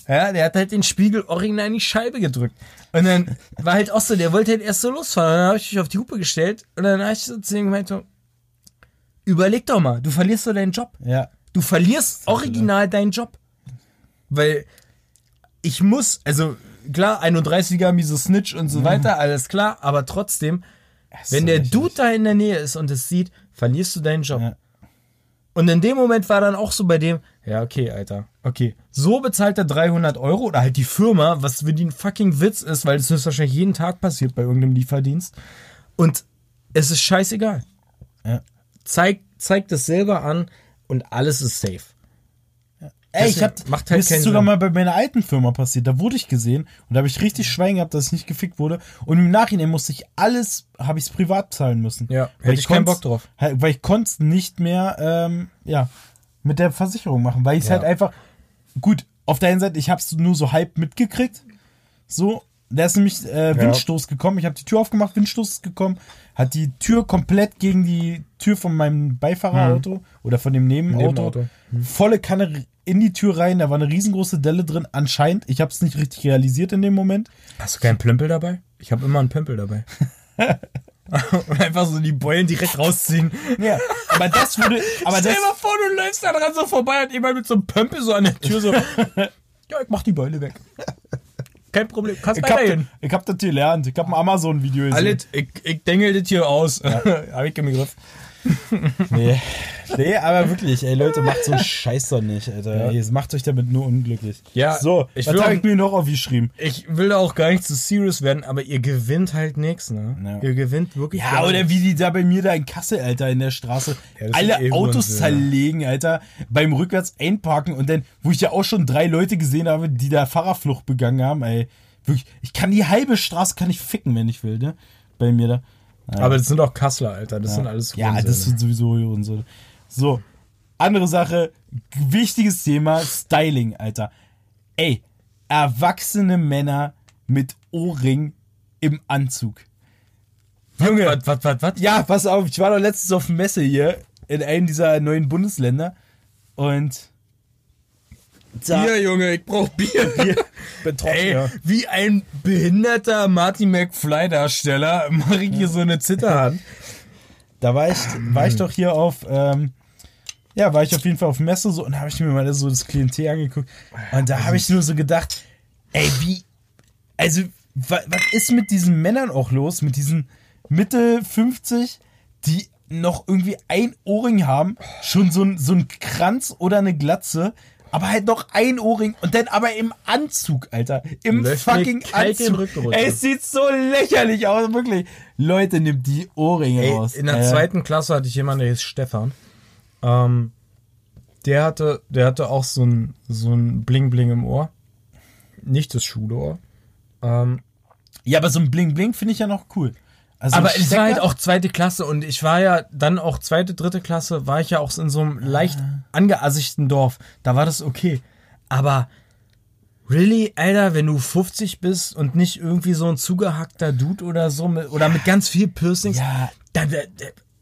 A: Ja, der hat halt den Spiegel original in die Scheibe gedrückt. Und dann war halt auch so, der wollte halt erst so losfahren. Und dann habe ich mich auf die Hupe gestellt und dann habe ich so zu ihm gemeint, so, Überleg doch mal, du verlierst so deinen Job.
B: Ja.
A: Du verlierst original deinen Job. Weil ich muss, also klar, 31er, miese Snitch und so weiter, alles klar, aber trotzdem, wenn der
B: richtig.
A: Dude da in der Nähe ist und es sieht, verlierst du deinen Job.
B: Ja.
A: Und in dem Moment war dann auch so bei dem, ja, okay, Alter, okay. So bezahlt er 300 Euro oder halt die Firma, was für die ein fucking Witz ist, weil es höchstwahrscheinlich jeden Tag passiert bei irgendeinem Lieferdienst. Und es ist scheißegal.
B: Ja.
A: Zeig, zeig das selber an und alles ist safe.
B: Ey, ich
A: Deswegen
B: hab,
A: macht halt
B: mir ist
A: keinen
B: sogar
A: Sinn.
B: mal bei meiner alten Firma passiert. Da wurde ich gesehen und da habe ich richtig Schwein gehabt, dass ich nicht gefickt wurde. Und im Nachhinein musste ich alles, habe ich es privat zahlen müssen.
A: Ja,
B: Weil
A: hätte ich keinen Bock
B: konnt's-
A: drauf.
B: halt- Weil ich konnte es nicht mehr, ähm, ja, mit der Versicherung machen. Weil ich es
A: Ja.
B: halt einfach, gut, auf der einen Seite, ich habe es nur so halb mitgekriegt. So, da ist nämlich äh, Windstoß gekommen. Ich habe die Tür aufgemacht, Windstoß ist gekommen, hat die Tür komplett gegen die Tür von meinem Beifahrerauto
A: Hm.
B: oder von dem Neben Auto, Hm.
A: Nebenauto.
B: volle Kanne in die Tür rein, da war eine riesengroße Delle drin, anscheinend. Ich habe es nicht richtig realisiert in dem Moment.
A: Hast du keinen Plümpel dabei? Ich habe immer einen Pümpel dabei. und einfach so die Beulen direkt rausziehen.
B: Ja, aber das würde, aber
A: Stell
B: das,
A: dir mal vor, du läufst da dran so vorbei und jemand mit so einem Pömpel so an der Tür so. ja, ich mach die Beule weg. Kein Problem, kannst
B: ich habe
A: weiterhin.
B: ich hab das gelernt, ich habe ein Amazon-Video gesehen.
A: Alles, ich, ich dengel das hier aus. Hab ich im Griff.
B: Nee. nee, aber wirklich, ey Leute, macht so einen Scheiß doch nicht, Alter. Ey, es macht euch damit nur unglücklich.
A: Ja,
B: so,
A: ich
B: was
A: will
B: hab
A: auch-
B: ich mir noch aufgeschrieben?
A: Ich will da auch gar nicht zu serious werden, aber ihr gewinnt halt nichts, ne?
B: Ja.
A: Ihr gewinnt wirklich
B: Ja,
A: gar
B: oder
A: nichts.
B: wie die da bei mir da in Kassel, Alter, in der Straße
A: Ja, das
B: alle
A: sind eh
B: Autos
A: Unsinn,
B: zerlegen, Alter, beim Rückwärts einparken und dann, wo ich ja auch schon drei Leute gesehen habe, die da Fahrerflucht begangen haben, ey. Wirklich, ich kann die halbe Straße kann ich ficken, wenn ich will, ne? Bei mir da.
A: Aber das sind auch Kassler, Alter. Das sind alles ne?
B: Ja,
A: Hurensöhne.
B: das sind sowieso Hurensöhne. So, andere Sache, wichtiges Thema, Styling, Alter. Ey, erwachsene Männer mit Ohrring im Anzug.
A: Junge, was, was, was, was?
B: Ja, pass auf, ich war doch letztens auf Messe hier in einem dieser neuen Bundesländer und da
A: Bier, Junge, ich brauch Bier.
B: betroffen.
A: Ey,
B: ja.
A: wie ein behinderter Marty McFly-Darsteller mache ich hier so eine Zitterhand.
B: Da war ich, war ich doch hier auf, ähm, ja, war ich auf jeden Fall auf Messe so und habe ich mir mal so das Klientel angeguckt. Und da habe ich nur so gedacht, ey, wie, also, was, was ist mit diesen Männern auch los, mit diesen Mitte 50, die noch irgendwie ein Ohrring haben, schon so ein, so ein Kranz oder eine Glatze, aber halt noch ein Ohrring und dann aber im Anzug, Alter. Im
A: Läuft mir
B: fucking
A: kalt den
B: Anzug.
A: Rücken runter.
B: Ey, es sieht so lächerlich aus, wirklich. Leute, nimmt die Ohrringe
A: Ey,
B: raus. Äh.
A: in der
B: Alter.
A: zweiten Klasse hatte ich jemanden, der hieß Stefan. Ähm, der hatte, der hatte auch so ein, so ein Bling Bling im Ohr. Nicht das Schulohr. Ähm,
B: Ja, aber so ein Bling Bling finde ich ja noch cool. Also
A: aber
B: ein
A: es
B: Stecker-
A: war halt auch zweite Klasse und ich war ja dann auch zweite, dritte Klasse, war ich ja auch in so
B: Ah.
A: einem leicht angeassigten Dorf. Da war das okay. Aber really, Alter, wenn du 50 bist und nicht irgendwie so ein zugehackter Dude oder so mit, oder mit ganz viel Piercings,
B: Ja.
A: dann, äh, äh,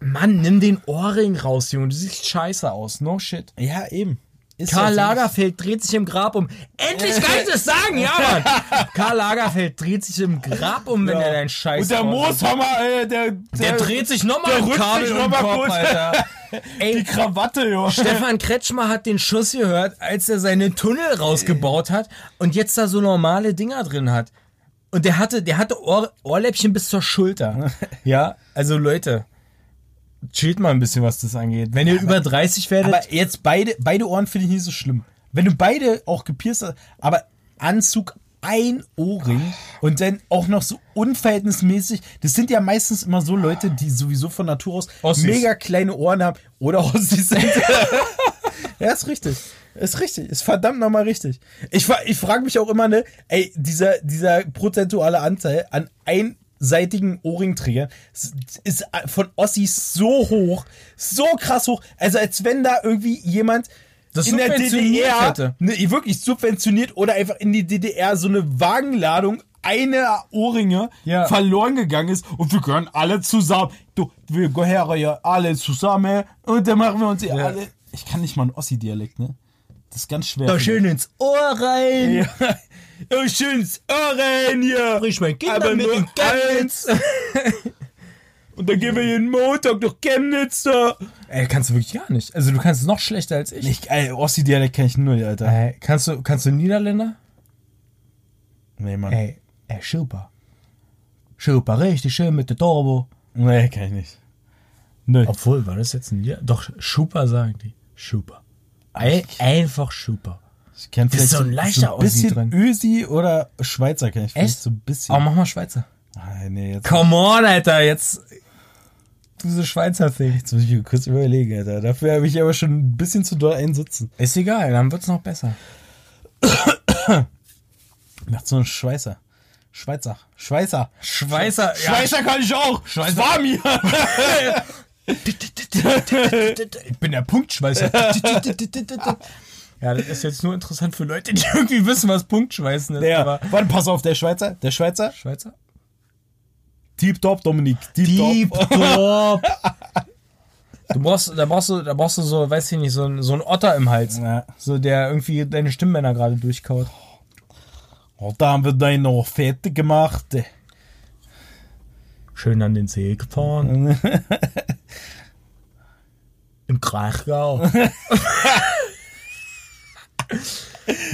A: Mann, nimm den Ohrring raus, Junge. Du siehst scheiße aus. No shit.
B: Ja, eben. Ist
A: Karl
B: ja so.
A: Lagerfeld dreht sich im Grab um. Endlich kann ich das sagen, ja, Mann. Karl Lagerfeld dreht sich im Grab um, wenn
B: Ja.
A: er deinen Scheiß
B: Und der
A: Ohrring-
B: Mooshammer, äh, der,
A: der dreht sich nochmal
B: der
A: im
B: rückt
A: Kabel
B: sich noch
A: um den
B: mal
A: Kopf,
B: kurz.
A: Alter.
B: Die
A: Ey,
B: Krawatte, jo.
A: Stefan Kretschmer hat den Schuss gehört, als er seine Tunnel rausgebaut hat und jetzt da so normale Dinger drin hat. Und der hatte, der hatte Ohr, Ohrläppchen bis zur Schulter. Ja, also Leute, chillt mal ein bisschen, was das angeht. Wenn ihr über 30 werdet,
B: Aber jetzt beide, beide Ohren finde ich nicht so schlimm. Wenn du beide auch gepierst hast, aber Anzug ein Ohrring und dann auch noch so unverhältnismäßig. Das sind ja meistens immer so Leute, die sowieso von Natur aus
A: Ossis.
B: mega kleine Ohren haben oder Ossis sind. ja, ist richtig. Ist richtig. Ist verdammt nochmal richtig. Ich, fra- ich frage mich auch immer, ne, ey, dieser, dieser prozentuale Anteil an einseitigen Ohrringträgern s- ist a- von Ossis so hoch, so krass hoch, also als wenn da irgendwie jemand
A: Das
B: in der
A: subventioniert
B: DDR
A: hätte.
B: Ne, wirklich subventioniert oder einfach in die DDR so eine Wagenladung einer Ohrringe
A: Ja.
B: verloren gegangen ist und wir gehören alle zusammen. Du, wir gehören ja alle zusammen und dann machen wir uns ja. alle. Ich kann nicht mal einen Ossi-Dialekt, ne? Das ist ganz schwer.
A: da schön ins Ohr oh, rein.
B: Ja. Oh, schönes Ohren hier.
A: Sprich mein Kind
B: Aber
A: damit
B: nur
A: in Gans.
B: eins. Und dann gehen wir jeden Montag nach Chemnitz da.
C: Ey, kannst du wirklich gar nicht. Also du kannst es noch schlechter als ich.
B: Ich, ey, Ossi-Dialekt kann ich null, Alter.
C: Ey, kannst du, kannst du Niederländer?
B: Nee, Mann.
C: Ey, ey, super. Super, richtig schön mit der Turbo.
B: Nee, kann ich nicht. Nö.
A: Obwohl, war das jetzt ein Jahr? Doch, Schuper sagen die. Schuper. Ein, einfach Schuper.
B: Ich kenn vielleicht
A: so ein leichter
B: so ein bisschen
A: Ossi drin.
B: Ösi oder Schweizer kann ich vielleicht
C: Echt?
B: so ein bisschen.
C: Oh, mach mal Schweizer.
B: Ah, nee, jetzt,
C: Come on, Alter, jetzt. Diese Schweizer-Thing.
B: jetzt muss ich mir kurz überlegen, Alter. Dafür habe ich aber schon ein bisschen zu doll einsitzen.
C: Ist egal, dann wird's noch besser.
B: Macht so ein Schweizer. Schweizer. Schweizer.
C: Schweizer,
B: Schweizer kann ich auch. Schweizer. War mir.
C: Ich bin der Punktschweißer. ja, das ist jetzt nur interessant für Leute, die irgendwie wissen, was Punktschweißen ist.
B: Ja.
C: Aber
B: Warte, pass auf, der Schweizer. Der Schweizer.
C: Schweizer?
B: Deep Top, Dominik. Deep, Top.
C: Top. Du brauchst, da brauchst du, da brauchst du so, weiß ich nicht, so ein, so ein Otter im Hals.
B: Ja.
C: So, der irgendwie deine Stimmbänder gerade durchkaut.
B: Oh, da haben wir deinen noch fertig gemacht.
A: Schön an den See gefahren. Im Krachgau.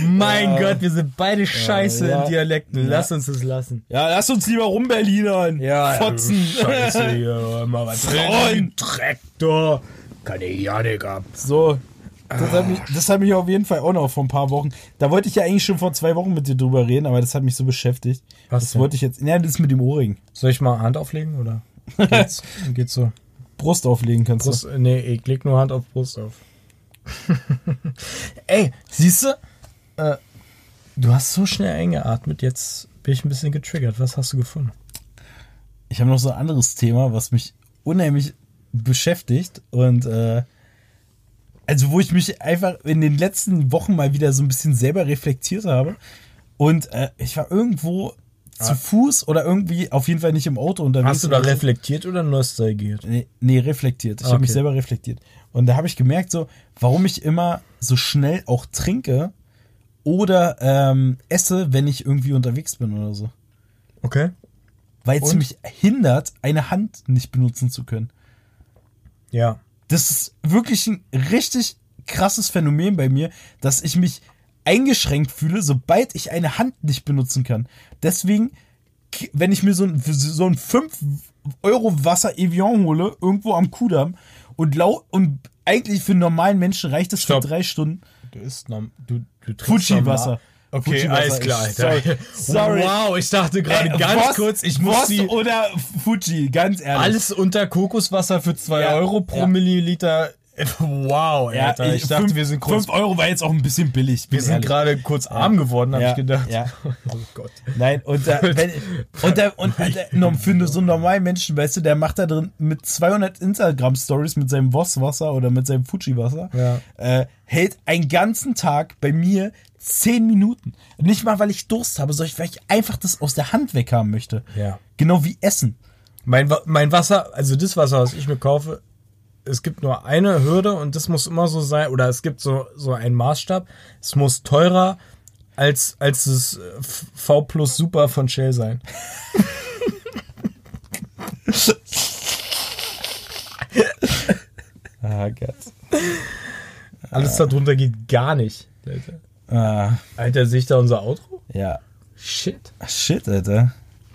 C: Mein Gott, wir sind beide scheiße
B: ja.
C: in Dialekten. Lass uns das lassen.
B: Ja, lass uns lieber rumberlinern.
C: Ja,
B: Fotzen.
A: Scheiße hier, immer was
B: Frauen.
A: drin. Traktor. Kann ich ja nicht ab.
B: So. Das hat, mich, das hat mich auf jeden Fall auch noch vor ein paar Wochen. Da wollte ich ja eigentlich schon vor zwei Wochen mit dir drüber reden, aber das hat mich so beschäftigt.
A: Was
B: das
A: denn?
B: wollte ich jetzt. Ja, das mit dem Ohrring.
A: Soll ich mal Hand auflegen oder? Geht's, geht's so.
B: Brust auflegen kannst
A: Brust, ne? nee, ich leg nur Hand auf Brust auf. Ey, siehst du? Äh, du hast so schnell eingeatmet, jetzt bin ich ein bisschen getriggert. Was hast du gefunden?
B: du. Ich habe noch so ein anderes Thema, was mich unheimlich beschäftigt und äh, also wo ich mich einfach in den letzten Wochen mal wieder so ein bisschen selber reflektiert habe und äh, ich war irgendwo zu Fuß oder irgendwie auf jeden Fall nicht im Auto unterwegs.
A: Ah. Hast du da
B: oder so.
A: reflektiert oder nostalgiert?
B: Nee, nee reflektiert. Ich habe
A: Okay.
B: mich selber reflektiert. Und da habe ich gemerkt, so, warum ich immer so schnell auch trinke oder ähm, esse, wenn ich irgendwie unterwegs bin oder so.
A: Okay.
B: Weil es
A: Und?
B: mich hindert, eine Hand nicht benutzen zu können.
A: Ja.
B: Das ist wirklich ein richtig krasses Phänomen bei mir, dass ich mich eingeschränkt fühle, sobald ich eine Hand nicht benutzen kann. Deswegen, k- wenn ich mir so ein, so ein 5 Euro Wasser Evian hole, irgendwo am Kudamm, und lau und eigentlich für einen normalen Menschen reicht das
A: Stopp.
B: für drei Stunden.
A: Du isst norm du, du trinkst
B: Fuji-Wasser.
A: normal- Okay,
B: Fuji-Wasser.
A: alles klar,
B: Sorry.
A: Alter.
B: Sorry.
A: Wow, ich dachte gerade
B: Äh,
A: ganz
B: Voss-
A: kurz, ich muss
B: Voss
A: die
B: oder Fuji, ganz ehrlich.
A: alles unter Kokoswasser für 2
B: Ja,
A: Euro pro
B: ja.
A: Milliliter. Wow,
B: Ja,
A: Alter. Ich, dachte,
B: fünf-
A: wir sind kurz,
B: fünf Euro war jetzt auch ein bisschen billig. bin
A: wir sind
B: ehrlich.
A: gerade kurz arm geworden, habe
B: Ja,
A: ich gedacht.
B: ja.
A: Oh Gott.
B: Nein, und da, wenn, und da, und da, no, für so einen normalen Menschen, weißt du, der macht da drin mit 200 Instagram-Stories mit seinem Voss-Wasser oder mit seinem Fuji-Wasser,
A: Ja.
B: äh, hält einen ganzen Tag bei mir 10 Minuten. Nicht mal, weil ich Durst habe, sondern weil ich einfach das aus der Hand weghaben möchte.
A: Ja.
B: Genau wie Essen.
A: Mein, Wa- mein Wasser, also das Wasser, was ich mir kaufe, es gibt nur eine Hürde und das muss immer so sein, oder es gibt so, so einen Maßstab, es muss teurer als, als das äh, F- V Plus Super von Shell sein.
B: Ah, Gott.
A: Alles darunter geht gar nicht. Alter,
B: Ah,
A: Alter sehe ich da unser Outro?
B: ja.
A: Shit.
B: Ach, shit, Alter.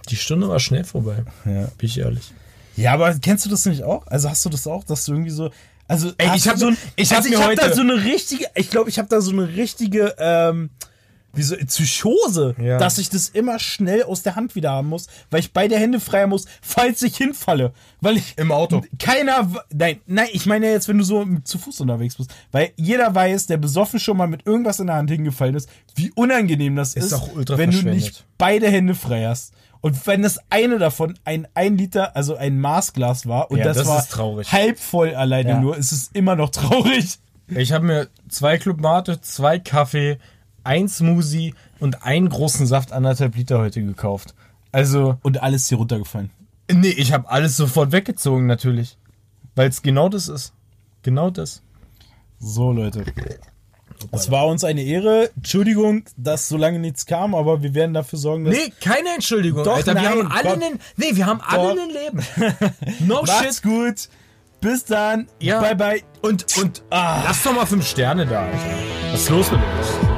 A: Die Stunde war schnell vorbei.
B: Ja.
A: Bin ich ehrlich.
B: Ja, aber kennst du das nicht auch? Also hast du das auch, dass du irgendwie so. Also,
A: Ey,
B: hast
A: ich
B: du
A: hab-
B: so ein-
A: ich hab
B: also
A: mir
B: ich hab da
A: heute-
B: so eine richtige. Ich glaube, ich habe da so eine richtige. Ähm, wie so, Psychose,
A: Ja.
B: dass ich das immer schnell aus der Hand wieder haben muss, weil ich beide Hände frei haben muss, falls ich hinfalle. Weil ich.
C: Im Auto.
B: Keiner. w- Nein, nein, ich meine ja jetzt, wenn du so zu Fuß unterwegs bist. Weil jeder weiß, der besoffen schon mal mit irgendwas in der Hand hingefallen ist, wie unangenehm das ist,
A: auch ultra
B: wenn du
A: verschwendet.
B: nicht beide Hände frei hast. Und wenn das eine davon ein 1 Liter, also ein Maßglas war und
A: Ja,
B: das,
A: das
B: war
A: ist traurig.
B: halb voll alleine
A: Ja.
B: nur, ist es immer noch traurig.
A: Ich habe mir zwei Club Mate, zwei Kaffee, ein Smoothie und einen großen Saft anderthalb Liter heute gekauft. Also,
B: Und alles hier runtergefallen.
A: Nee, ich habe alles sofort weggezogen, natürlich. Weil es genau das ist. Genau das.
B: So, Leute. Es war uns eine Ehre. Entschuldigung, dass so lange nichts kam, aber wir werden dafür sorgen, dass.
A: Nee, keine Entschuldigung,
B: Doch,
A: Alter. Wir
B: nein,
A: haben alle
B: Gott.
A: einen. Nee, wir haben alle
B: Doch.
A: einen Leben. No
B: Macht's
A: oh shit.
B: gut. Bis dann.
A: Ja.
B: Bye, bye.
A: Und, und, ah. lass doch mal fünf Sterne da, Alter. Was ist los mit uns?